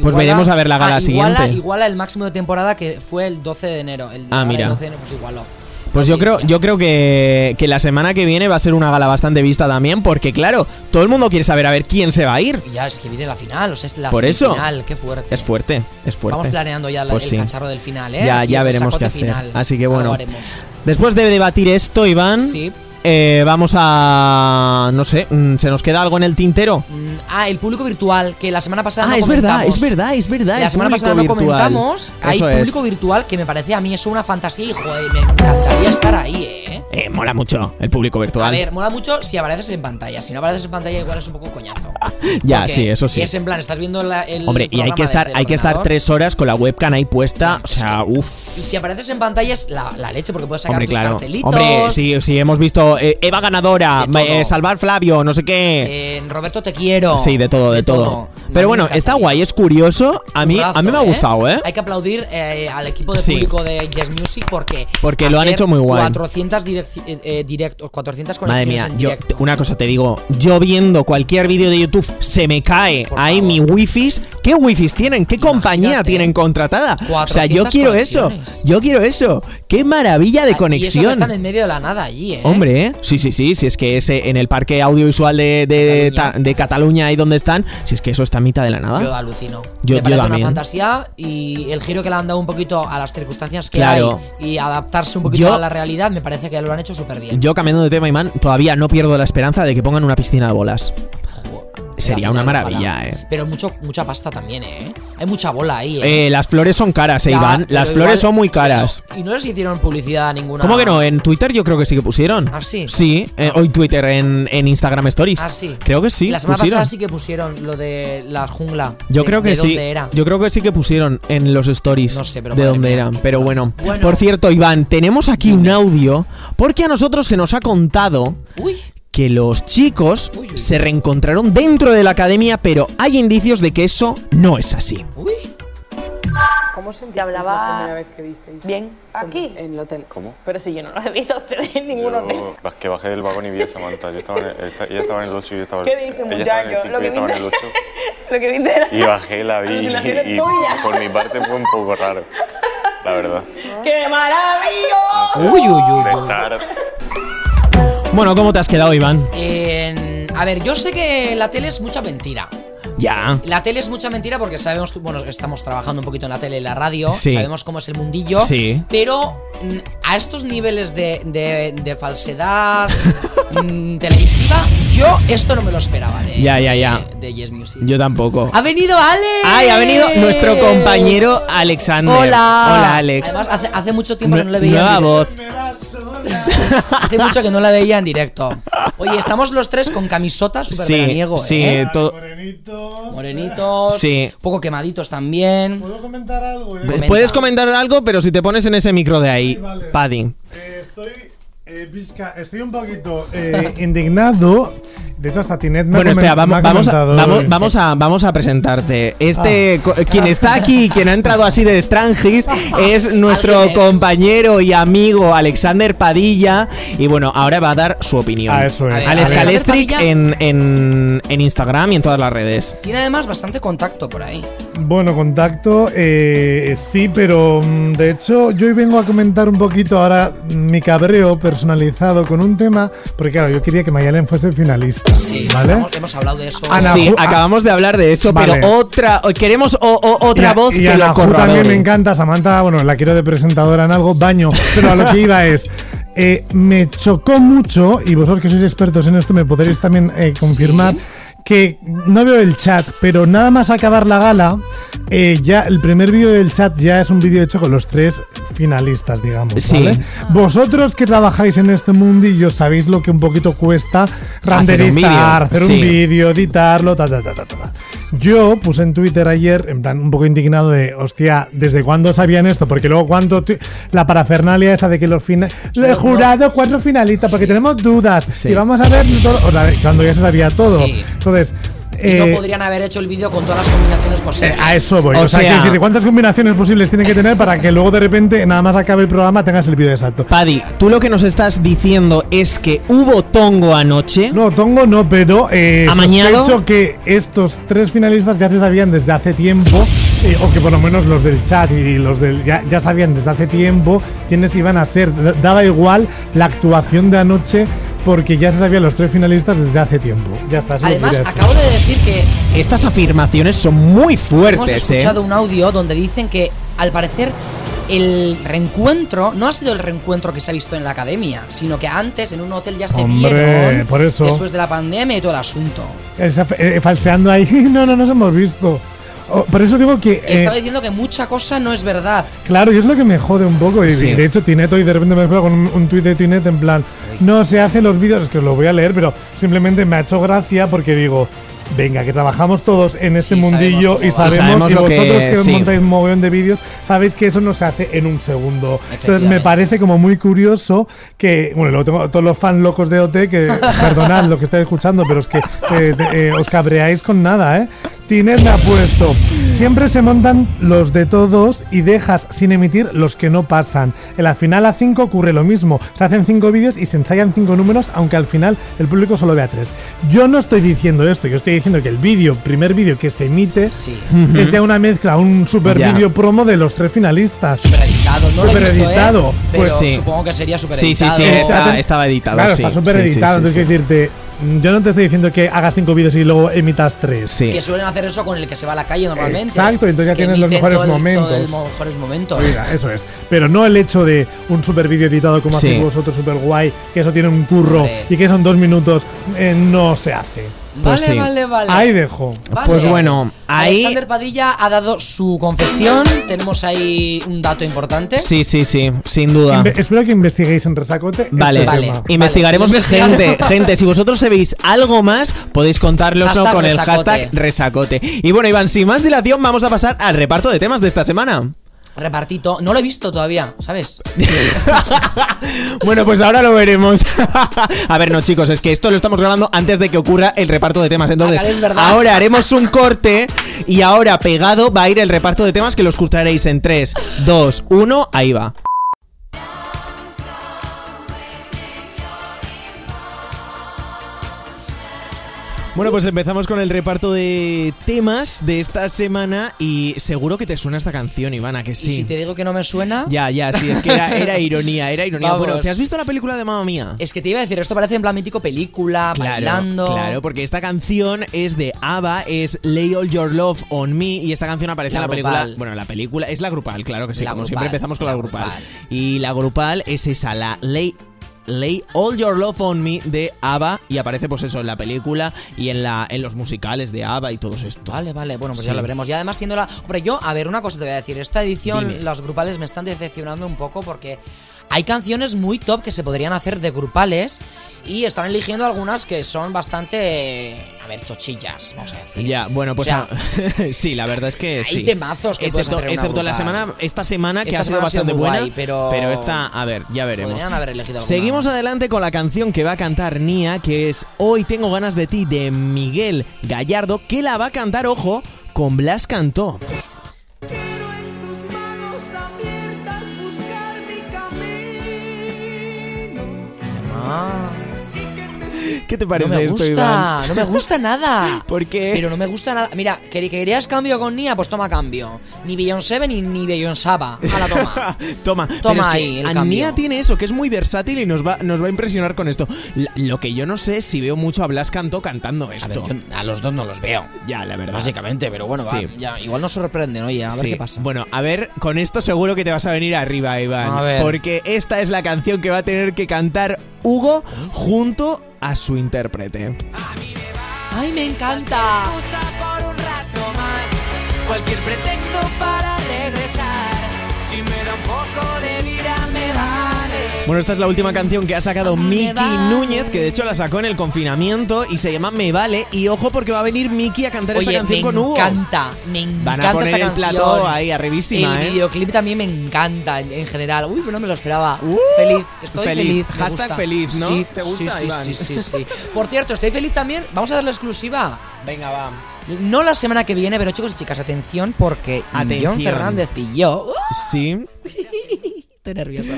Speaker 1: Pues veremos a ver la gala
Speaker 2: iguala-
Speaker 1: siguiente.
Speaker 2: Iguala el máximo de temporada que fue el 12 de enero. El
Speaker 1: Ah,
Speaker 2: la gala
Speaker 1: mira.
Speaker 2: del 12 de enero, pues igualó.
Speaker 1: Pues yo creo,
Speaker 2: Audiencia.
Speaker 1: yo creo que, que la semana que viene va a ser una gala bastante vista también, porque claro, todo el mundo quiere saber a ver quién se va a ir.
Speaker 2: Y Ya es que viene la final, o sea, es la
Speaker 1: Por eso.
Speaker 2: final, qué fuerte.
Speaker 1: Es fuerte, es
Speaker 2: Vamos
Speaker 1: fuerte.
Speaker 2: planeando ya la-
Speaker 1: Pues
Speaker 2: el
Speaker 1: sí.
Speaker 2: cacharro del final, ¿eh?
Speaker 1: Ya-
Speaker 2: Aquí
Speaker 1: ya
Speaker 2: el
Speaker 1: veremos qué
Speaker 2: sacote
Speaker 1: hacer. Así que bueno.
Speaker 2: Algo haremos.
Speaker 1: Después de debatir esto, Iván,
Speaker 2: Sí.
Speaker 1: eh, vamos a... no sé, mm, ¿se nos queda algo en el tintero?
Speaker 2: Mm, Ah, el público virtual, que la semana pasada
Speaker 1: ah,
Speaker 2: no
Speaker 1: es verdad,
Speaker 2: comentamos.
Speaker 1: es verdad, es verdad.
Speaker 2: La
Speaker 1: el
Speaker 2: semana
Speaker 1: público
Speaker 2: pasada no
Speaker 1: virtual.
Speaker 2: comentamos. Hay
Speaker 1: Eso es.
Speaker 2: público virtual que me parece a mí eso una fantasía y joder, me encantaría estar ahí, ¿eh?
Speaker 1: Eh, mola mucho el público virtual.
Speaker 2: A ver, mola mucho si apareces en pantalla. Si no apareces en pantalla, igual es un poco coñazo.
Speaker 1: ya,
Speaker 2: Porque
Speaker 1: sí, eso sí.
Speaker 2: Es en plan, estás viendo la- el.
Speaker 1: Hombre, y hay
Speaker 2: programa
Speaker 1: que estar,
Speaker 2: desde el
Speaker 1: hay que estar
Speaker 2: ordenador.
Speaker 1: tres horas con la webcam ahí puesta, o
Speaker 2: Es
Speaker 1: sea, uff.
Speaker 2: Y si apareces en pantalla es la, la leche, porque puedes sacar
Speaker 1: Hombre,
Speaker 2: tus
Speaker 1: claro.
Speaker 2: cartelitos.
Speaker 1: Hombre, sí, sí, hemos visto eh, Eva ganadora,
Speaker 2: De todo.
Speaker 1: eh, salvar Flavio, no sé qué.
Speaker 2: eh, Roberto, te quiero.
Speaker 1: sí, de todo, de, todo.
Speaker 2: A mí
Speaker 1: Pero bueno,
Speaker 2: me
Speaker 1: está
Speaker 2: encantaría.
Speaker 1: guay, es curioso. A mí,
Speaker 2: Currazo,
Speaker 1: a mí me ha gustado, ¿eh?
Speaker 2: Hay que aplaudir eh, al equipo de
Speaker 1: Sí.
Speaker 2: público de Jazz Music porque.
Speaker 1: Porque lo han
Speaker 2: hacer
Speaker 1: hecho muy guay.
Speaker 2: 400 direc- eh, eh, directos, 400
Speaker 1: Madre
Speaker 2: conexiones
Speaker 1: mía,
Speaker 2: en
Speaker 1: yo,
Speaker 2: directo.
Speaker 1: una cosa te digo, yo viendo cualquier vídeo de YouTube se me cae
Speaker 2: Por
Speaker 1: ahí
Speaker 2: favor.
Speaker 1: mi wifi. ¿Qué wifi tienen? ¿Qué compañía
Speaker 2: Imagínate.
Speaker 1: tienen contratada? O sea, yo
Speaker 2: 400
Speaker 1: quiero eso,
Speaker 2: conexiones.
Speaker 1: yo quiero eso. ¡Qué maravilla de
Speaker 2: Y eso que
Speaker 1: conexión!
Speaker 2: están en medio de la nada allí, ¿eh?
Speaker 1: Hombre, ¿eh? sí, sí, sí, si es que ese, en el parque audiovisual de, de,
Speaker 2: Cataluña.
Speaker 1: ta- de Cataluña, ahí donde están, si es que eso está en mitad de la nada.
Speaker 2: Yo alucino.
Speaker 1: Yo-
Speaker 2: Me
Speaker 1: yo
Speaker 2: parece
Speaker 1: también.
Speaker 2: una fantasía y el giro que le han dado un poquito a las circunstancias que
Speaker 1: Claro.
Speaker 2: hay y adaptarse un poquito
Speaker 1: Yo-
Speaker 2: a la realidad, me parece que lo han hecho súper bien.
Speaker 1: Yo cambiando de tema, Imán, todavía no pierdo la esperanza de que pongan una piscina de bolas. Sería una maravilla, eh.
Speaker 2: Pero mucho, mucha pasta también, ¿eh? Hay mucha bola ahí, ¿eh?
Speaker 1: Eh, las flores son caras, eh,
Speaker 2: Ya,
Speaker 1: Iván.
Speaker 2: pero
Speaker 1: Las
Speaker 2: igual-
Speaker 1: flores son muy caras.
Speaker 2: pero- y no les hicieron publicidad a ninguna.
Speaker 1: ¿Cómo que no? En Twitter yo creo que sí que pusieron.
Speaker 2: ¿Ah, sí?
Speaker 1: Sí, eh, hoy Twitter en, en Instagram Stories.
Speaker 2: Ah, sí.
Speaker 1: Creo que sí.
Speaker 2: La semana
Speaker 1: pusieron.
Speaker 2: pasada sí que pusieron lo de la jungla.
Speaker 1: Yo
Speaker 2: de-
Speaker 1: creo que
Speaker 2: de
Speaker 1: sí.
Speaker 2: dónde era.
Speaker 1: Yo creo que sí que pusieron en los stories
Speaker 2: No sé, pero
Speaker 1: de
Speaker 2: madre
Speaker 1: dónde
Speaker 2: mía,
Speaker 1: eran.
Speaker 2: qué
Speaker 1: Pero bueno.
Speaker 2: Bueno.
Speaker 1: Por cierto, Iván, tenemos aquí un audio porque a nosotros se nos ha contado
Speaker 2: Uy,
Speaker 1: que los chicos
Speaker 2: Uy, uy.
Speaker 1: se reencontraron dentro de la academia, pero hay indicios de que eso no es así.
Speaker 2: uy.
Speaker 6: ¿Cómo sentisteis
Speaker 7: Yo hablaba-
Speaker 6: la primera vez que visteis?
Speaker 7: Bien.
Speaker 6: Con-
Speaker 7: ¿Aquí?
Speaker 6: En el hotel.
Speaker 8: ¿Cómo?
Speaker 7: Pero si yo no los he visto a ustedes en ningún hotel.
Speaker 8: Yo, vas que bajé del vagón y vi a Samantha. Yo estaba en el, esta- ella estaba en el 8 y yo estaba en
Speaker 7: ¿Qué dices,
Speaker 8: ella estaba en el
Speaker 7: muchacho? Lo
Speaker 8: cinco,
Speaker 7: que
Speaker 8: yo estaba en el
Speaker 7: viste-
Speaker 8: 8.
Speaker 7: Lo que viste era
Speaker 8: Y bajé, la vi
Speaker 7: Alucinaciones
Speaker 8: y, y
Speaker 7: tuyas.
Speaker 8: por mi parte fue un poco raro. La verdad.
Speaker 7: ¡Qué maravilloso!
Speaker 2: Uy, uy, uy.
Speaker 8: De
Speaker 2: uy.
Speaker 8: estar
Speaker 1: Bueno, ¿cómo te has quedado, Iván?
Speaker 2: En- a ver, yo sé que la tele es mucha mentira.
Speaker 1: Ya.
Speaker 2: La tele es mucha mentira porque sabemos, tú- bueno, estamos trabajando un poquito en la tele y la radio,
Speaker 1: Sí.
Speaker 2: sabemos cómo es el mundillo,
Speaker 1: Sí.
Speaker 2: pero mm, a estos niveles de, de- de falsedad mm, televisiva, yo esto no me lo esperaba de,
Speaker 1: Ya, ya, ya.
Speaker 2: de, de Yes Music.
Speaker 1: Yo tampoco.
Speaker 2: ¡Ha venido Alex!
Speaker 1: ¡Ay, ha venido nuestro compañero Alexander!
Speaker 2: Hola.
Speaker 1: Hola, Alex.
Speaker 2: Además, hace, hace mucho tiempo que no le
Speaker 1: Nue-
Speaker 2: veía. en
Speaker 1: Nueva
Speaker 2: directo.
Speaker 1: voz.
Speaker 2: Hace mucho que no la veía en directo. Oye, estamos los tres con camisotas super
Speaker 1: Sí,
Speaker 2: veraniego,
Speaker 1: sí,
Speaker 2: ¿eh?
Speaker 1: todo-
Speaker 2: Morenitos,
Speaker 1: Sí.
Speaker 2: un poco quemaditos también.
Speaker 9: ¿Puedo comentar algo? eh?
Speaker 2: Comenta.
Speaker 1: Puedes comentar algo, pero si te pones en ese micro de ahí,
Speaker 9: Vale.
Speaker 1: Paddy.
Speaker 9: Eh, estoy. eh, Vizca, estoy un poquito eh, indignado. De hecho, hasta Tinet me ha
Speaker 1: Bueno,
Speaker 9: comen-
Speaker 1: espera,
Speaker 9: me
Speaker 1: vamos,
Speaker 9: ha
Speaker 1: vamos, a,
Speaker 9: comentado Ah.
Speaker 1: vamos,
Speaker 9: hoy.
Speaker 1: vamos a, vamos a presentarte. Este, co- quien está aquí, quien ha entrado así de Strangis, es nuestro
Speaker 2: Alguien es.
Speaker 1: compañero y amigo Alexander Padilla. Y bueno, ahora va a dar su opinión.
Speaker 9: Ah, eso es.
Speaker 2: A ver,
Speaker 1: Alex
Speaker 2: Alexander
Speaker 1: Calestric
Speaker 2: Padilla.
Speaker 1: en, en, en Instagram y en todas las redes.
Speaker 2: Tiene además bastante contacto por ahí.
Speaker 9: Bueno, contacto, eh, sí, pero mm, de hecho yo hoy vengo a comentar un poquito ahora mm, mi cabreo personalizado con un tema, porque claro, yo quería que Mayalen fuese finalista,
Speaker 2: Sí,
Speaker 9: ¿vale?
Speaker 2: estamos- hemos hablado de eso.
Speaker 9: Ana
Speaker 1: sí,
Speaker 9: Ju-
Speaker 1: acabamos de hablar de eso,
Speaker 9: Vale.
Speaker 1: pero otra o- queremos o- o- otra
Speaker 9: Y a-
Speaker 1: voz
Speaker 9: y
Speaker 1: que
Speaker 9: a la
Speaker 1: lo
Speaker 9: Ju también me
Speaker 1: corrobore.
Speaker 9: encanta, Samantha, bueno, la quiero de presentadora en algo, baño, pero a lo que iba es... eh, me chocó mucho, y vosotros que sois expertos en esto me podréis también eh, confirmar, que no veo el chat, pero nada más acabar la gala, eh, ya el primer vídeo del chat ya es un vídeo hecho con los tres finalistas, digamos.
Speaker 1: Sí. Ah.
Speaker 9: ¿vale? Vosotros que trabajáis en este mundillo sabéis lo que un poquito cuesta
Speaker 1: un vídeo,
Speaker 9: renderizar, hacer un
Speaker 1: sí.
Speaker 9: vídeo vídeo, editarlo, ta, ta, ta, ta, ta, ta. Yo puse en Twitter ayer, en plan, un poco indignado de, hostia, ¿desde cuándo sabían esto? Porque luego, cuánto ti- La parafernalia esa de que los finales. Le he
Speaker 2: Luego-
Speaker 9: jurado cuatro finalistas, porque tenemos dudas. Y vamos a ver todo- o sea, cuando ya se sabía todo.
Speaker 2: Sí.
Speaker 9: Entonces.
Speaker 2: Y
Speaker 9: eh,
Speaker 2: no podrían haber hecho el vídeo con todas las combinaciones
Speaker 9: eh,
Speaker 2: posibles.
Speaker 9: a eso voy.
Speaker 1: O
Speaker 9: O, sea,
Speaker 1: sea-
Speaker 9: quiero decir, ¿cuántas combinaciones posibles tiene que tener para que luego de repente, nada más acabe el programa, tengas el vídeo exacto?
Speaker 1: Paddy, tú lo que nos estás diciendo es que hubo tongo anoche.
Speaker 9: No, Tongo no, pero eh,
Speaker 1: ¿Amañado?
Speaker 9: sospecho que estos tres finalistas ya se sabían desde hace tiempo, eh, o que por lo menos los del chat y los del ya, ya sabían desde hace tiempo quiénes iban a ser. D- Daba igual la actuación de anoche porque ya se sabían los tres finalistas desde hace tiempo. Ya está. eso es lo que
Speaker 2: Además,
Speaker 9: quería decir.
Speaker 2: acabo de decir que
Speaker 1: Estas afirmaciones son muy
Speaker 2: hemos
Speaker 1: fuertes, ¿eh?
Speaker 2: escuchado un audio donde dicen que al parecer el reencuentro no ha sido el reencuentro que se ha visto en la academia, sino que antes en un hotel ya se
Speaker 9: Hombre,
Speaker 2: vieron
Speaker 9: por eso.
Speaker 2: después de la pandemia y todo el asunto.
Speaker 9: Esa- eh, falseando ahí. no, no, nos hemos visto. Oh, por eso digo que. eh,
Speaker 2: Estaba diciendo que mucha cosa no es verdad.
Speaker 9: Claro, y es lo que me jode un poco. Y
Speaker 1: Sí.
Speaker 9: de hecho, Tinet hoy de repente me he con un, un tuit de Tinet en plan, no se hacen los vídeos, es que os lo voy a leer, pero simplemente me ha hecho gracia porque digo, venga, que trabajamos todos en este
Speaker 2: Sí,
Speaker 9: mundillo
Speaker 2: sabemos
Speaker 9: y
Speaker 2: cómo va.
Speaker 9: sabemos, y,
Speaker 1: Sabemos lo que-
Speaker 9: vosotros que,
Speaker 1: sí.
Speaker 9: montáis un mogollón de vídeos, sabéis que eso no se hace en un segundo. Entonces me
Speaker 2: Efectivamente.
Speaker 9: parece como muy curioso que, bueno, luego tengo a todos los fans locos de OT que, perdonad lo que estáis escuchando, pero es que eh, te- eh, os cabreáis con nada, ¿eh? Tinet me ha puesto, siempre se montan los de todos y dejas sin emitir los que no pasan. En la final a 5 ocurre lo mismo, se hacen 5 vídeos y se ensayan 5 números, aunque al final el público solo vea 3. Yo no estoy diciendo esto, yo estoy diciendo que el vídeo, primer vídeo que se emite,
Speaker 2: Sí.
Speaker 9: es ya una mezcla, un super
Speaker 1: Ya.
Speaker 9: vídeo promo de los tres finalistas.
Speaker 2: Supereditado, no lo he visto,
Speaker 9: Supereditado,
Speaker 2: ¿eh? Pero
Speaker 9: pues
Speaker 1: sí.
Speaker 2: supongo que sería
Speaker 1: Sí, sí,
Speaker 2: supereditado.
Speaker 1: sí, está- estaba editado.
Speaker 9: Eh, Claro,
Speaker 1: sí,
Speaker 9: está súper
Speaker 1: sí, sí,
Speaker 9: editado.
Speaker 1: sí,
Speaker 9: entonces,
Speaker 1: sí.
Speaker 9: quiero decirte, mm, yo no te estoy diciendo que hagas cinco vídeos y luego emitas tres.
Speaker 1: Sí.
Speaker 2: Que suelen hacer eso con el que se va a la calle normalmente.
Speaker 9: Exacto, entonces ya
Speaker 2: Que
Speaker 9: tienes los
Speaker 2: emiten
Speaker 9: mejores
Speaker 2: todo el- Todo el
Speaker 9: momentos.
Speaker 2: mo- mejores momentos.
Speaker 9: Mira, eso es. Pero no el hecho de un super vídeo editado como
Speaker 1: Sí.
Speaker 9: hacéis vosotros, super guay, que eso tiene un curro
Speaker 2: Hombre.
Speaker 9: y que son dos minutos, eh, no se hace.
Speaker 2: Vale,
Speaker 1: Pues sí.
Speaker 2: vale, vale.
Speaker 9: Ahí dejo.
Speaker 2: Vale.
Speaker 1: Pues bueno, ahí.
Speaker 2: Alexander Padilla ha dado su confesión. Tenemos ahí un dato importante.
Speaker 1: Sí, sí, sí, sin duda.
Speaker 9: Inve- espero que investiguéis en Resacote. este
Speaker 1: Vale,
Speaker 2: Vale.
Speaker 9: tema.
Speaker 1: investigaremos
Speaker 2: Vale.
Speaker 1: gente, gente, si vosotros sabéis algo más, podéis contárnoslo
Speaker 2: Hashtag
Speaker 1: con el
Speaker 2: resacote.
Speaker 1: hashtag resacote. Y bueno, Iván, sin más dilación, vamos a pasar al reparto de temas de esta semana.
Speaker 2: Repartito. No lo he visto todavía, ¿sabes?
Speaker 1: Bueno, pues ahora lo veremos. a ver, no, chicos, es que esto lo estamos grabando antes de que ocurra el reparto de temas. Entonces,
Speaker 2: Ah, es verdad.
Speaker 1: ahora haremos un corte y ahora pegado va a ir el reparto de temas que lo escucharéis en 3, 2, 1, ahí va. Bueno, pues empezamos con el reparto de temas de esta semana y seguro que te suena esta canción, Ivana, que sí.
Speaker 2: Y si te digo que no me suena.
Speaker 1: Ya, ya, sí, es que era, era ironía, era ironía.
Speaker 2: Vamos.
Speaker 1: Bueno, ¿te has visto la película de Mamma Mía?
Speaker 2: Es que te iba a decir, esto parece en plan mítico película, bailando.
Speaker 1: claro, porque esta canción es de ABBA, es Lay All Your Love on Me y esta canción aparece
Speaker 2: La
Speaker 1: en la película.
Speaker 2: grupal.
Speaker 1: Bueno, la película es la grupal, claro que sí,
Speaker 2: La
Speaker 1: como
Speaker 2: grupal,
Speaker 1: siempre empezamos con la
Speaker 2: la
Speaker 1: grupal.
Speaker 2: grupal.
Speaker 1: Y la grupal es esa, la Lay Lay All Your Love on Me de ABBA y aparece pues eso en la película y en la en los musicales de ABBA y todos esto.
Speaker 2: Vale, vale, bueno, pues
Speaker 1: Sí.
Speaker 2: ya lo veremos. Y además siendo la... Hombre, yo, a ver, una cosa te voy a decir. Esta edición,
Speaker 1: Dime.
Speaker 2: los grupales me están decepcionando un poco porque hay canciones muy top que se podrían hacer de grupales y están eligiendo algunas que son bastante... A ver, chochillas, vamos a decir.
Speaker 1: Ya, bueno, pues
Speaker 2: O sea,
Speaker 1: a- sí, la verdad es que
Speaker 2: hay
Speaker 1: sí.
Speaker 2: temazos que puedes
Speaker 1: excepto,
Speaker 2: hacer en una
Speaker 1: excepto la
Speaker 2: grupal.
Speaker 1: semana esta semana que
Speaker 2: Esta
Speaker 1: ha sido
Speaker 2: semana ha sido
Speaker 1: bastante
Speaker 2: muy
Speaker 1: buena,
Speaker 2: guay, pero-
Speaker 1: esta, a ver, ya veremos.
Speaker 2: Podrían haber elegido alguna
Speaker 1: Seguimos
Speaker 2: más.
Speaker 1: adelante con la canción que va a cantar Nia, que es Hoy tengo ganas de ti de Miguel Gallardo, que la va a cantar, ojo, con Blas Cantó.
Speaker 4: Quiero en tus manos abiertas buscar mi camino.
Speaker 2: Ah,
Speaker 1: ¿Qué te
Speaker 2: no
Speaker 1: parece
Speaker 2: me
Speaker 1: esto, Iván?
Speaker 2: gusta, no me gusta nada.
Speaker 1: ¿Por qué?
Speaker 2: Pero no me gusta nada. Mira, que que querías cambio con Nia, pues toma cambio. Ni Beyoncé ni, ni Beyoncéaba. A la toma.
Speaker 1: Toma,
Speaker 2: Toma
Speaker 1: pero es que
Speaker 2: ahí el
Speaker 1: Nia
Speaker 2: cambio.
Speaker 1: tiene eso, que es muy versátil y nos va, nos va a impresionar con esto. La- Lo que yo no sé es si veo mucho a Blas Cantó cantando
Speaker 2: A ver,
Speaker 1: esto.
Speaker 2: yo a los dos no los veo.
Speaker 1: Ya, la verdad.
Speaker 2: Básicamente, pero bueno, va,
Speaker 1: Sí.
Speaker 2: ya, igual nos sorprenden, oye, a ver
Speaker 1: Sí.
Speaker 2: qué pasa.
Speaker 1: Bueno, a ver, con esto seguro que te vas a venir arriba, Iván.
Speaker 2: A ver.
Speaker 1: Porque esta es la canción que va a tener que cantar Hugo junto a su intérprete.
Speaker 2: ¡Ay, me encanta!
Speaker 1: Bueno, esta es la última canción que ha
Speaker 2: Ah,
Speaker 1: sacado Miki Núñez, que de hecho la sacó en el confinamiento y se llama Me Vale. Y ojo porque va a venir Miki a cantar
Speaker 2: Oye,
Speaker 1: esta canción
Speaker 2: me
Speaker 1: con Hugo.
Speaker 2: encanta, me encanta.
Speaker 1: Van a poner
Speaker 2: esta
Speaker 1: el
Speaker 2: canción.
Speaker 1: plató ahí arribísima,
Speaker 2: El
Speaker 1: ¿eh?
Speaker 2: videoclip también me encanta en, en general. Uy, pues no me lo esperaba.
Speaker 1: Uh,
Speaker 2: feliz, estoy
Speaker 1: feliz.
Speaker 2: feliz. me
Speaker 1: Hashtag
Speaker 2: gusta.
Speaker 1: feliz, ¿no?
Speaker 2: Sí,
Speaker 1: ¿Te gusta,
Speaker 2: sí, sí,
Speaker 1: Iván?
Speaker 2: Sí, sí, sí. Por cierto, estoy feliz también. Vamos a dar la exclusiva.
Speaker 1: Venga, va.
Speaker 2: No la semana que viene, pero chicos y chicas, atención porque
Speaker 1: Atención.
Speaker 2: John Fernández y yo. ¡Uh!
Speaker 1: Sí.
Speaker 2: Estoy nervioso.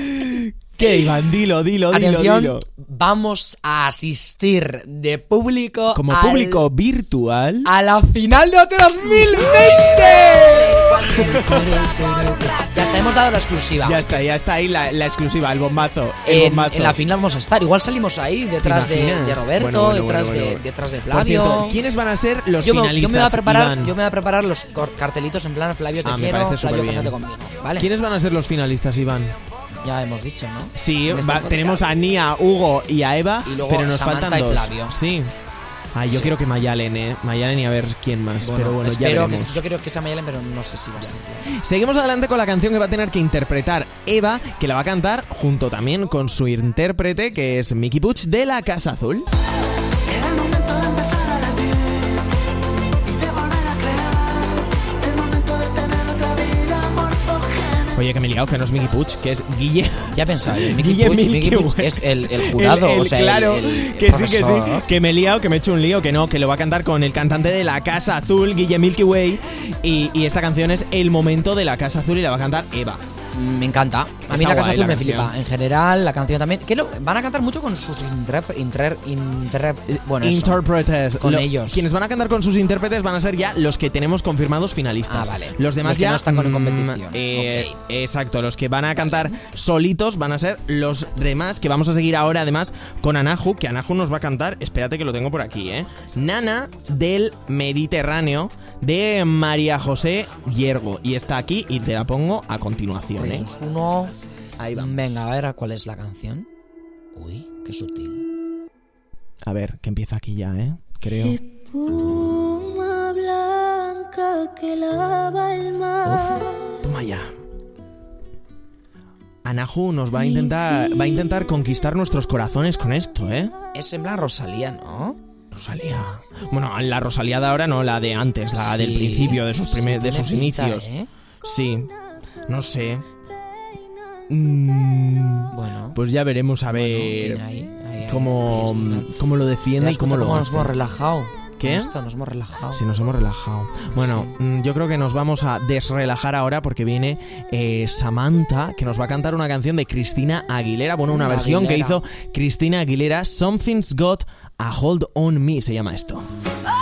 Speaker 1: ¿Qué, Iván? Dilo, dilo, dilo,
Speaker 2: Atención,
Speaker 1: dilo.
Speaker 2: vamos a asistir de público
Speaker 1: Como
Speaker 2: al-
Speaker 1: público virtual.
Speaker 2: a la final de OT 2020. ya está, hemos dado la exclusiva.
Speaker 1: Ya está, ya está ahí la, la exclusiva, el bombazo. El
Speaker 2: En,
Speaker 1: bombazo.
Speaker 2: en la final vamos a estar. Igual salimos ahí
Speaker 1: ¿Te
Speaker 2: detrás de,
Speaker 1: imaginas?
Speaker 2: de Roberto,
Speaker 1: Bueno, bueno,
Speaker 2: detrás,
Speaker 1: bueno, bueno,
Speaker 2: de,
Speaker 1: bueno.
Speaker 2: detrás de
Speaker 1: Por
Speaker 2: Flavio.
Speaker 1: cierto, ¿quiénes van a ser los
Speaker 2: yo me,
Speaker 1: finalistas?
Speaker 2: yo me voy a preparar,
Speaker 1: Iván?
Speaker 2: yo me voy a preparar los cor- cartelitos en plan Flavio te
Speaker 1: Ah, me
Speaker 2: quiero,
Speaker 1: parece
Speaker 2: Flavio
Speaker 1: superbién.
Speaker 2: cásate conmigo, ¿vale?
Speaker 1: ¿Quiénes van a ser los finalistas, Iván?
Speaker 2: Ya hemos dicho, ¿no?
Speaker 1: Sí,
Speaker 2: En este
Speaker 1: va-
Speaker 2: podcast.
Speaker 1: tenemos a Nia, Hugo y a Eva,
Speaker 2: Y luego
Speaker 1: pero nos
Speaker 2: Samantha
Speaker 1: faltan
Speaker 2: y
Speaker 1: dos.
Speaker 2: Flavio.
Speaker 1: Sí. Ay, yo
Speaker 2: Sí.
Speaker 1: quiero que Mayalen, eh. Mayalen y a ver quién más.
Speaker 2: Bueno,
Speaker 1: pero bueno, ya
Speaker 2: espero que-
Speaker 1: veremos.
Speaker 2: yo creo que sea Mayalen, pero no sé si va a ser.
Speaker 1: Seguimos adelante con la canción que va a tener que interpretar Eva, que la va a cantar junto también con su intérprete, que es Mickey Puch de la Casa Azul.
Speaker 4: Era el momento de empezar a latir y de volver a crear. El momento de tener otra vida morfogénica.
Speaker 1: Oye, que me he liado, que no es Mickey Puch, que es Guille.
Speaker 2: Ya pensaba, yo, Mickey
Speaker 1: Guille
Speaker 2: Puig,
Speaker 1: Milky
Speaker 2: Mickey Puig
Speaker 1: Way.
Speaker 2: es el, el jurado,
Speaker 1: El- el-
Speaker 2: o sea, el-
Speaker 1: claro,
Speaker 2: el, el
Speaker 1: que sí, que sí,
Speaker 2: profesor.
Speaker 1: que me he liado, que me he hecho un lío, que no, que lo va a cantar con el cantante de la Casa Azul, Guille Milky Way, y, y esta canción es El momento de la Casa Azul y la va a cantar Eva.
Speaker 2: Mm, Me encanta. A mí
Speaker 1: Está
Speaker 2: la Casa
Speaker 1: guay
Speaker 2: Azul
Speaker 1: la
Speaker 2: me
Speaker 1: canción.
Speaker 2: flipa. En general, la canción también. Que lo- van a cantar mucho con sus interp, inter, inter- Eh, bueno, eso.
Speaker 1: Intérpretes.
Speaker 2: Con ellos.
Speaker 1: Quienes van a cantar con sus intérpretes van a ser ya los que tenemos confirmados finalistas.
Speaker 2: Ah, vale.
Speaker 1: Los demás
Speaker 2: Los que
Speaker 1: ya.
Speaker 2: no están con- en
Speaker 1: mm,
Speaker 2: competición.
Speaker 1: eh, Exacto, los que van a cantar solitos van a ser los demás que vamos a seguir ahora, además, con Anahu, que Anahu nos va a cantar. Espérate que lo tengo por aquí, ¿eh? Nana del Mediterráneo de María José Hiergo. Y está aquí y te la pongo a continuación, ¿eh?
Speaker 2: Tres, Pues uno.
Speaker 1: Ahí va.
Speaker 2: Venga, a ver a cuál es la canción. Uy, qué sutil.
Speaker 1: A ver, que empieza aquí ya, ¿eh? Creo.
Speaker 5: Puma blanca que lava el mar.
Speaker 1: Toma ya. Anahu nos va a intentar va a intentar conquistar nuestros corazones con esto, ¿eh?
Speaker 2: Es en plan Rosalía, ¿no?
Speaker 1: Rosalía. Bueno, la Rosalía de ahora no, la de antes, la del
Speaker 2: Sí,
Speaker 1: principio, de sus
Speaker 2: sí,
Speaker 1: primer- de
Speaker 2: tiene
Speaker 1: sus
Speaker 2: pinta,
Speaker 1: inicios.
Speaker 2: ¿eh?
Speaker 1: Sí. No sé. Mm,
Speaker 2: Bueno.
Speaker 1: pues ya veremos a
Speaker 2: tiene
Speaker 1: ver
Speaker 2: ahí, ahí, ahí,
Speaker 1: cómo,
Speaker 2: ahí está.
Speaker 1: cómo lo
Speaker 2: ¿Te
Speaker 1: defiende
Speaker 2: das
Speaker 1: y cómo
Speaker 2: cuenta
Speaker 1: lo
Speaker 2: nos
Speaker 1: hace.
Speaker 2: hemos relajado?
Speaker 1: ¿Qué?
Speaker 2: Con Esto nos hemos relajado.
Speaker 1: Si nos hemos relajado. Bueno, mm, yo creo que nos vamos a desrelajar ahora porque viene eh, Samantha, que nos va a cantar una canción de Cristina Aguilera. Bueno, una
Speaker 2: La
Speaker 1: versión
Speaker 2: Aguilera.
Speaker 1: que hizo Cristina Aguilera. Something's Got a Hold on Me se llama esto.
Speaker 5: Oh, oh,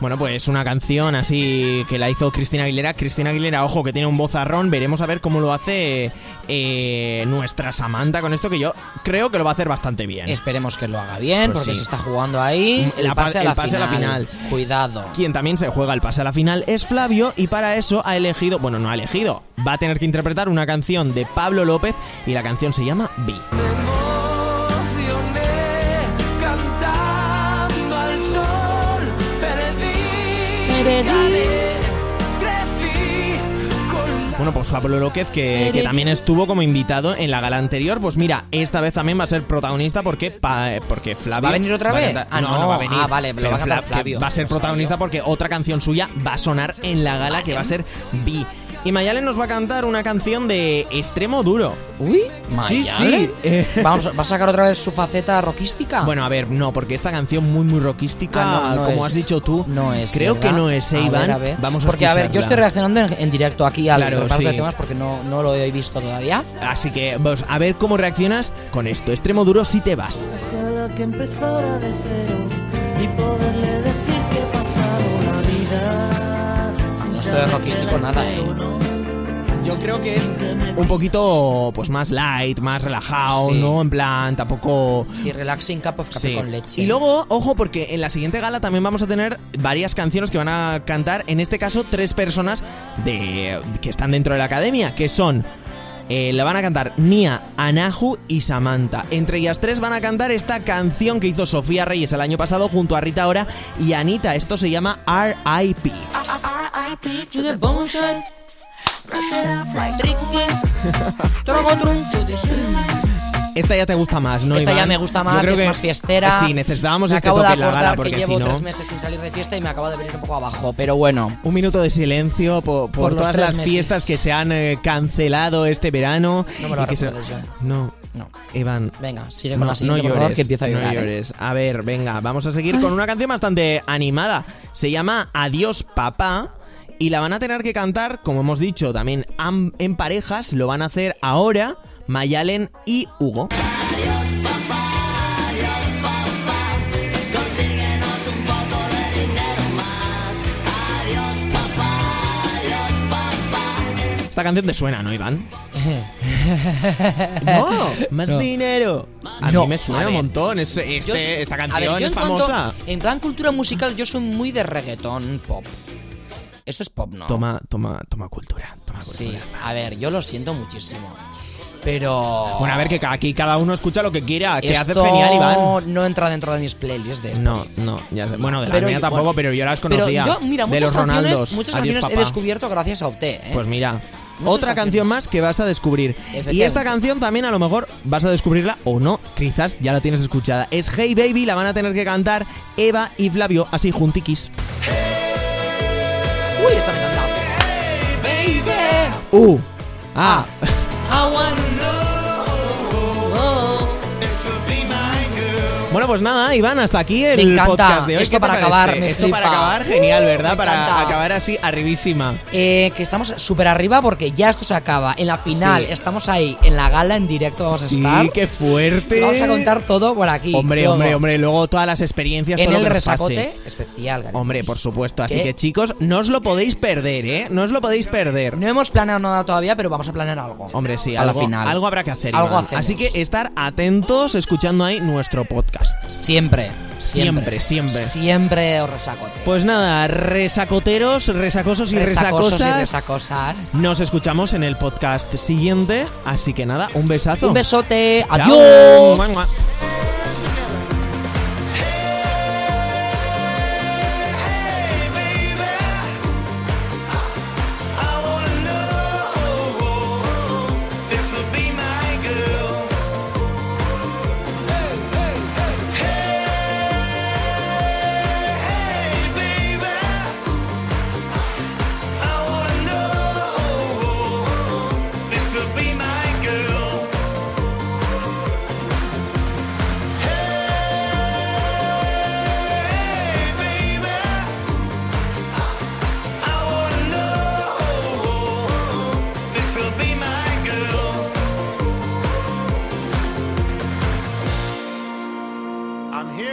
Speaker 1: Bueno, pues una canción así que la hizo Cristina Aguilera. Cristina Aguilera, ojo, que tiene un bozarrón. Veremos a ver cómo lo hace eh, nuestra Samantha con esto, que yo creo que lo va a hacer bastante bien.
Speaker 2: Esperemos que lo haga bien,
Speaker 1: Pues
Speaker 2: porque
Speaker 1: sí. Mm,
Speaker 2: se está jugando ahí el
Speaker 1: La pa-
Speaker 2: pase, a,
Speaker 1: el
Speaker 2: la
Speaker 1: pase a la
Speaker 2: final.
Speaker 1: final.
Speaker 2: Cuidado.
Speaker 1: Quien también se juega el pase a la final es Flavio y para eso ha elegido, bueno, no ha elegido, va a tener que interpretar una canción de Pablo López y la canción se llama Vi.
Speaker 7: Cantando al sol, perdí, crecí con
Speaker 1: Bueno, pues Pablo López que, que también estuvo como invitado en la gala anterior, pues mira, esta vez también va a ser protagonista porque pa- eh, porque Flavio
Speaker 2: ¿Va a venir otra
Speaker 1: a
Speaker 2: vez?
Speaker 1: cantar-
Speaker 2: Ah,
Speaker 1: no, no,
Speaker 2: no.
Speaker 1: va a venir.
Speaker 2: Ah, vale, lo
Speaker 1: Pero
Speaker 2: va a cantar
Speaker 1: Fla- que
Speaker 2: Flavio.
Speaker 1: Va a ser
Speaker 2: Pues
Speaker 1: protagonista
Speaker 2: Flavio.
Speaker 1: porque otra canción suya va a sonar en la gala que va a ser Vi. Y Mayalen nos va a cantar una canción de extremo duro.
Speaker 2: Uy, Mayale.
Speaker 1: sí. Eh.
Speaker 2: Vamos, ¿Va a sacar otra vez su faceta rockística?
Speaker 1: Bueno, a ver, no, porque esta canción muy, muy rockística,
Speaker 2: Ah, no, no
Speaker 1: como
Speaker 2: es-
Speaker 1: has dicho tú,
Speaker 2: no es.
Speaker 1: creo
Speaker 2: ¿verdad?
Speaker 1: que no es, eh,
Speaker 2: A ver,
Speaker 1: Iván.
Speaker 2: a ver.
Speaker 1: Vamos a
Speaker 2: Porque, a ver, yo estoy
Speaker 1: escucharla.
Speaker 2: reaccionando en, en directo aquí al
Speaker 1: Claro,
Speaker 2: reparto de
Speaker 1: sí.
Speaker 2: temas porque no, no lo he visto todavía.
Speaker 1: Así que, vamos, a ver cómo reaccionas con esto. Extremo duro si te vas.
Speaker 4: Ojalá que empezara de cero y poderle decir que he pasado la vida. sin
Speaker 2: No estoy
Speaker 4: saber que
Speaker 2: rockístico
Speaker 4: la
Speaker 2: nada, eh.
Speaker 1: Yo creo que es un poquito, pues, más light, más relajado,
Speaker 2: Sí.
Speaker 1: ¿no? En plan, tampoco...
Speaker 2: Sí, relaxing cup of café
Speaker 1: Sí.
Speaker 2: con leche.
Speaker 1: Y luego, ojo, porque en la siguiente gala también vamos a tener varias canciones que van a cantar, en este caso, tres personas de que están dentro de la academia, que son. eh, la van a cantar Nia, Anahu y Samantha. Entre ellas tres van a cantar esta canción que hizo Sofía Reyes el año pasado junto a Rita Ora y Anita. Esto se llama RIP.
Speaker 5: R.I.P. to the bone shot. Brush it off like treatment.
Speaker 1: Esta ya te gusta más, ¿no?
Speaker 2: Esta ya
Speaker 1: Iván?
Speaker 2: me gusta
Speaker 1: Yo
Speaker 2: más,
Speaker 1: creo
Speaker 2: es
Speaker 1: que-
Speaker 2: más fiestera.
Speaker 1: Sí, necesitábamos
Speaker 2: me
Speaker 1: este
Speaker 2: acabo
Speaker 1: toque
Speaker 2: de
Speaker 1: en la
Speaker 2: acordar
Speaker 1: gala
Speaker 2: que
Speaker 1: porque si
Speaker 2: llevo
Speaker 1: no.
Speaker 2: tres meses sin salir de fiesta y me acabo de venir un poco abajo, pero bueno.
Speaker 1: Un minuto de silencio por, por
Speaker 2: Por los
Speaker 1: todas
Speaker 2: tres
Speaker 1: las
Speaker 2: meses.
Speaker 1: fiestas que se han eh, cancelado este verano.
Speaker 2: No me lo
Speaker 1: y que se-
Speaker 2: recuerdes ya.
Speaker 1: No,
Speaker 2: No.
Speaker 1: Iván.
Speaker 2: Venga, sigue con
Speaker 1: No,
Speaker 2: la siguiente,
Speaker 1: no llores,
Speaker 2: por favor, que empieza a llorar.
Speaker 1: no
Speaker 2: ¿eh?
Speaker 1: llores. A ver, venga, vamos a seguir con una canción bastante animada. Se llama Adiós Papá y la van a tener que cantar, como hemos dicho, también am- en parejas. Lo van a hacer ahora Mayalen y Hugo. Esta canción te suena, ¿no, Iván? No, más
Speaker 2: No.
Speaker 1: dinero. A
Speaker 2: No,
Speaker 1: mí me
Speaker 2: a
Speaker 1: suena un
Speaker 2: ver.
Speaker 1: montón. es- este-
Speaker 2: Yo sí-
Speaker 1: esta
Speaker 2: a ver,
Speaker 1: canción
Speaker 2: yo
Speaker 1: es
Speaker 2: en cuanto-
Speaker 1: famosa.
Speaker 2: en plan cultura musical, yo soy muy de reggaetón pop. Esto es pop, ¿no?
Speaker 1: Toma, toma, toma cultura. Toma
Speaker 2: Sí,
Speaker 1: cultura.
Speaker 2: a ver, yo lo siento muchísimo. Pero.
Speaker 1: Bueno, a ver, que ca- aquí cada uno escucha lo que quiera. Que
Speaker 2: esto
Speaker 1: haces genial, Iván.
Speaker 2: No entra dentro de mis playlists de
Speaker 1: No, no, ya sé. Bueno, de la
Speaker 2: Pero
Speaker 1: mía
Speaker 2: yo-
Speaker 1: tampoco,
Speaker 2: bueno.
Speaker 1: pero yo las conocía.
Speaker 2: Pero yo, mira,
Speaker 1: de
Speaker 2: muchas
Speaker 1: los
Speaker 2: canciones,
Speaker 1: Ronaldos.
Speaker 2: muchas
Speaker 1: Adiós,
Speaker 2: canciones he
Speaker 1: papá.
Speaker 2: descubierto gracias a Opté, ¿eh?
Speaker 1: Pues mira, otra
Speaker 2: canciones.
Speaker 1: canción más que vas a descubrir. Y
Speaker 2: Efectivamente.
Speaker 1: esta canción también a lo mejor vas a descubrirla o no, quizás ya la tienes escuchada. Es Hey Baby, la van a tener que cantar Eva y Flavio, así juntiquis.
Speaker 2: Uy, esa me encanta.
Speaker 1: Uh, ah, Bueno, pues nada, Iván, hasta aquí el
Speaker 2: Me encanta.
Speaker 1: podcast de hoy.
Speaker 2: Esto
Speaker 1: ¿Qué te
Speaker 2: para
Speaker 1: parece?
Speaker 2: acabar, me
Speaker 1: Esto para
Speaker 2: flipa.
Speaker 1: acabar, genial, ¿verdad?
Speaker 2: me
Speaker 1: para
Speaker 2: encanta.
Speaker 1: acabar así, arribísima.
Speaker 2: Eh, que estamos súper arriba porque ya esto se acaba. En la final
Speaker 1: Sí.
Speaker 2: estamos ahí, en la gala en directo vamos a
Speaker 1: Sí,
Speaker 2: estar.
Speaker 1: qué fuerte.
Speaker 2: Vamos a contar todo por aquí.
Speaker 1: Este Hombre,
Speaker 2: Luego,
Speaker 1: hombre, hombre, luego todas las experiencias,
Speaker 2: En
Speaker 1: todo
Speaker 2: el
Speaker 1: lo que nos pase.
Speaker 2: resacote especial. Gary.
Speaker 1: Hombre, por supuesto. Así
Speaker 2: ¿Qué?
Speaker 1: que chicos, no os lo podéis perder, ¿eh? No os lo podéis perder.
Speaker 2: No hemos planeado nada todavía, pero vamos a planear algo.
Speaker 1: Hombre, sí,
Speaker 2: a
Speaker 1: algo,
Speaker 2: la final.
Speaker 1: algo habrá que hacer.
Speaker 2: Algo
Speaker 1: Iván.
Speaker 2: hacemos.
Speaker 1: Así que eh, estar atentos escuchando ahí nuestro podcast.
Speaker 2: Siempre.
Speaker 1: Siempre,
Speaker 2: Siempre.
Speaker 1: siempre.
Speaker 2: Siempre os resacote.
Speaker 1: Pues nada, resacoteros, resacosos y
Speaker 2: Resacosos
Speaker 1: resacosas.
Speaker 2: y resacosas.
Speaker 1: Nos escuchamos en el podcast siguiente, así que nada, un besazo.
Speaker 2: Un besote.
Speaker 1: Chao.
Speaker 2: Adiós.
Speaker 1: Mua, mua.
Speaker 3: This will be my girl.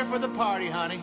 Speaker 10: for the party, honey.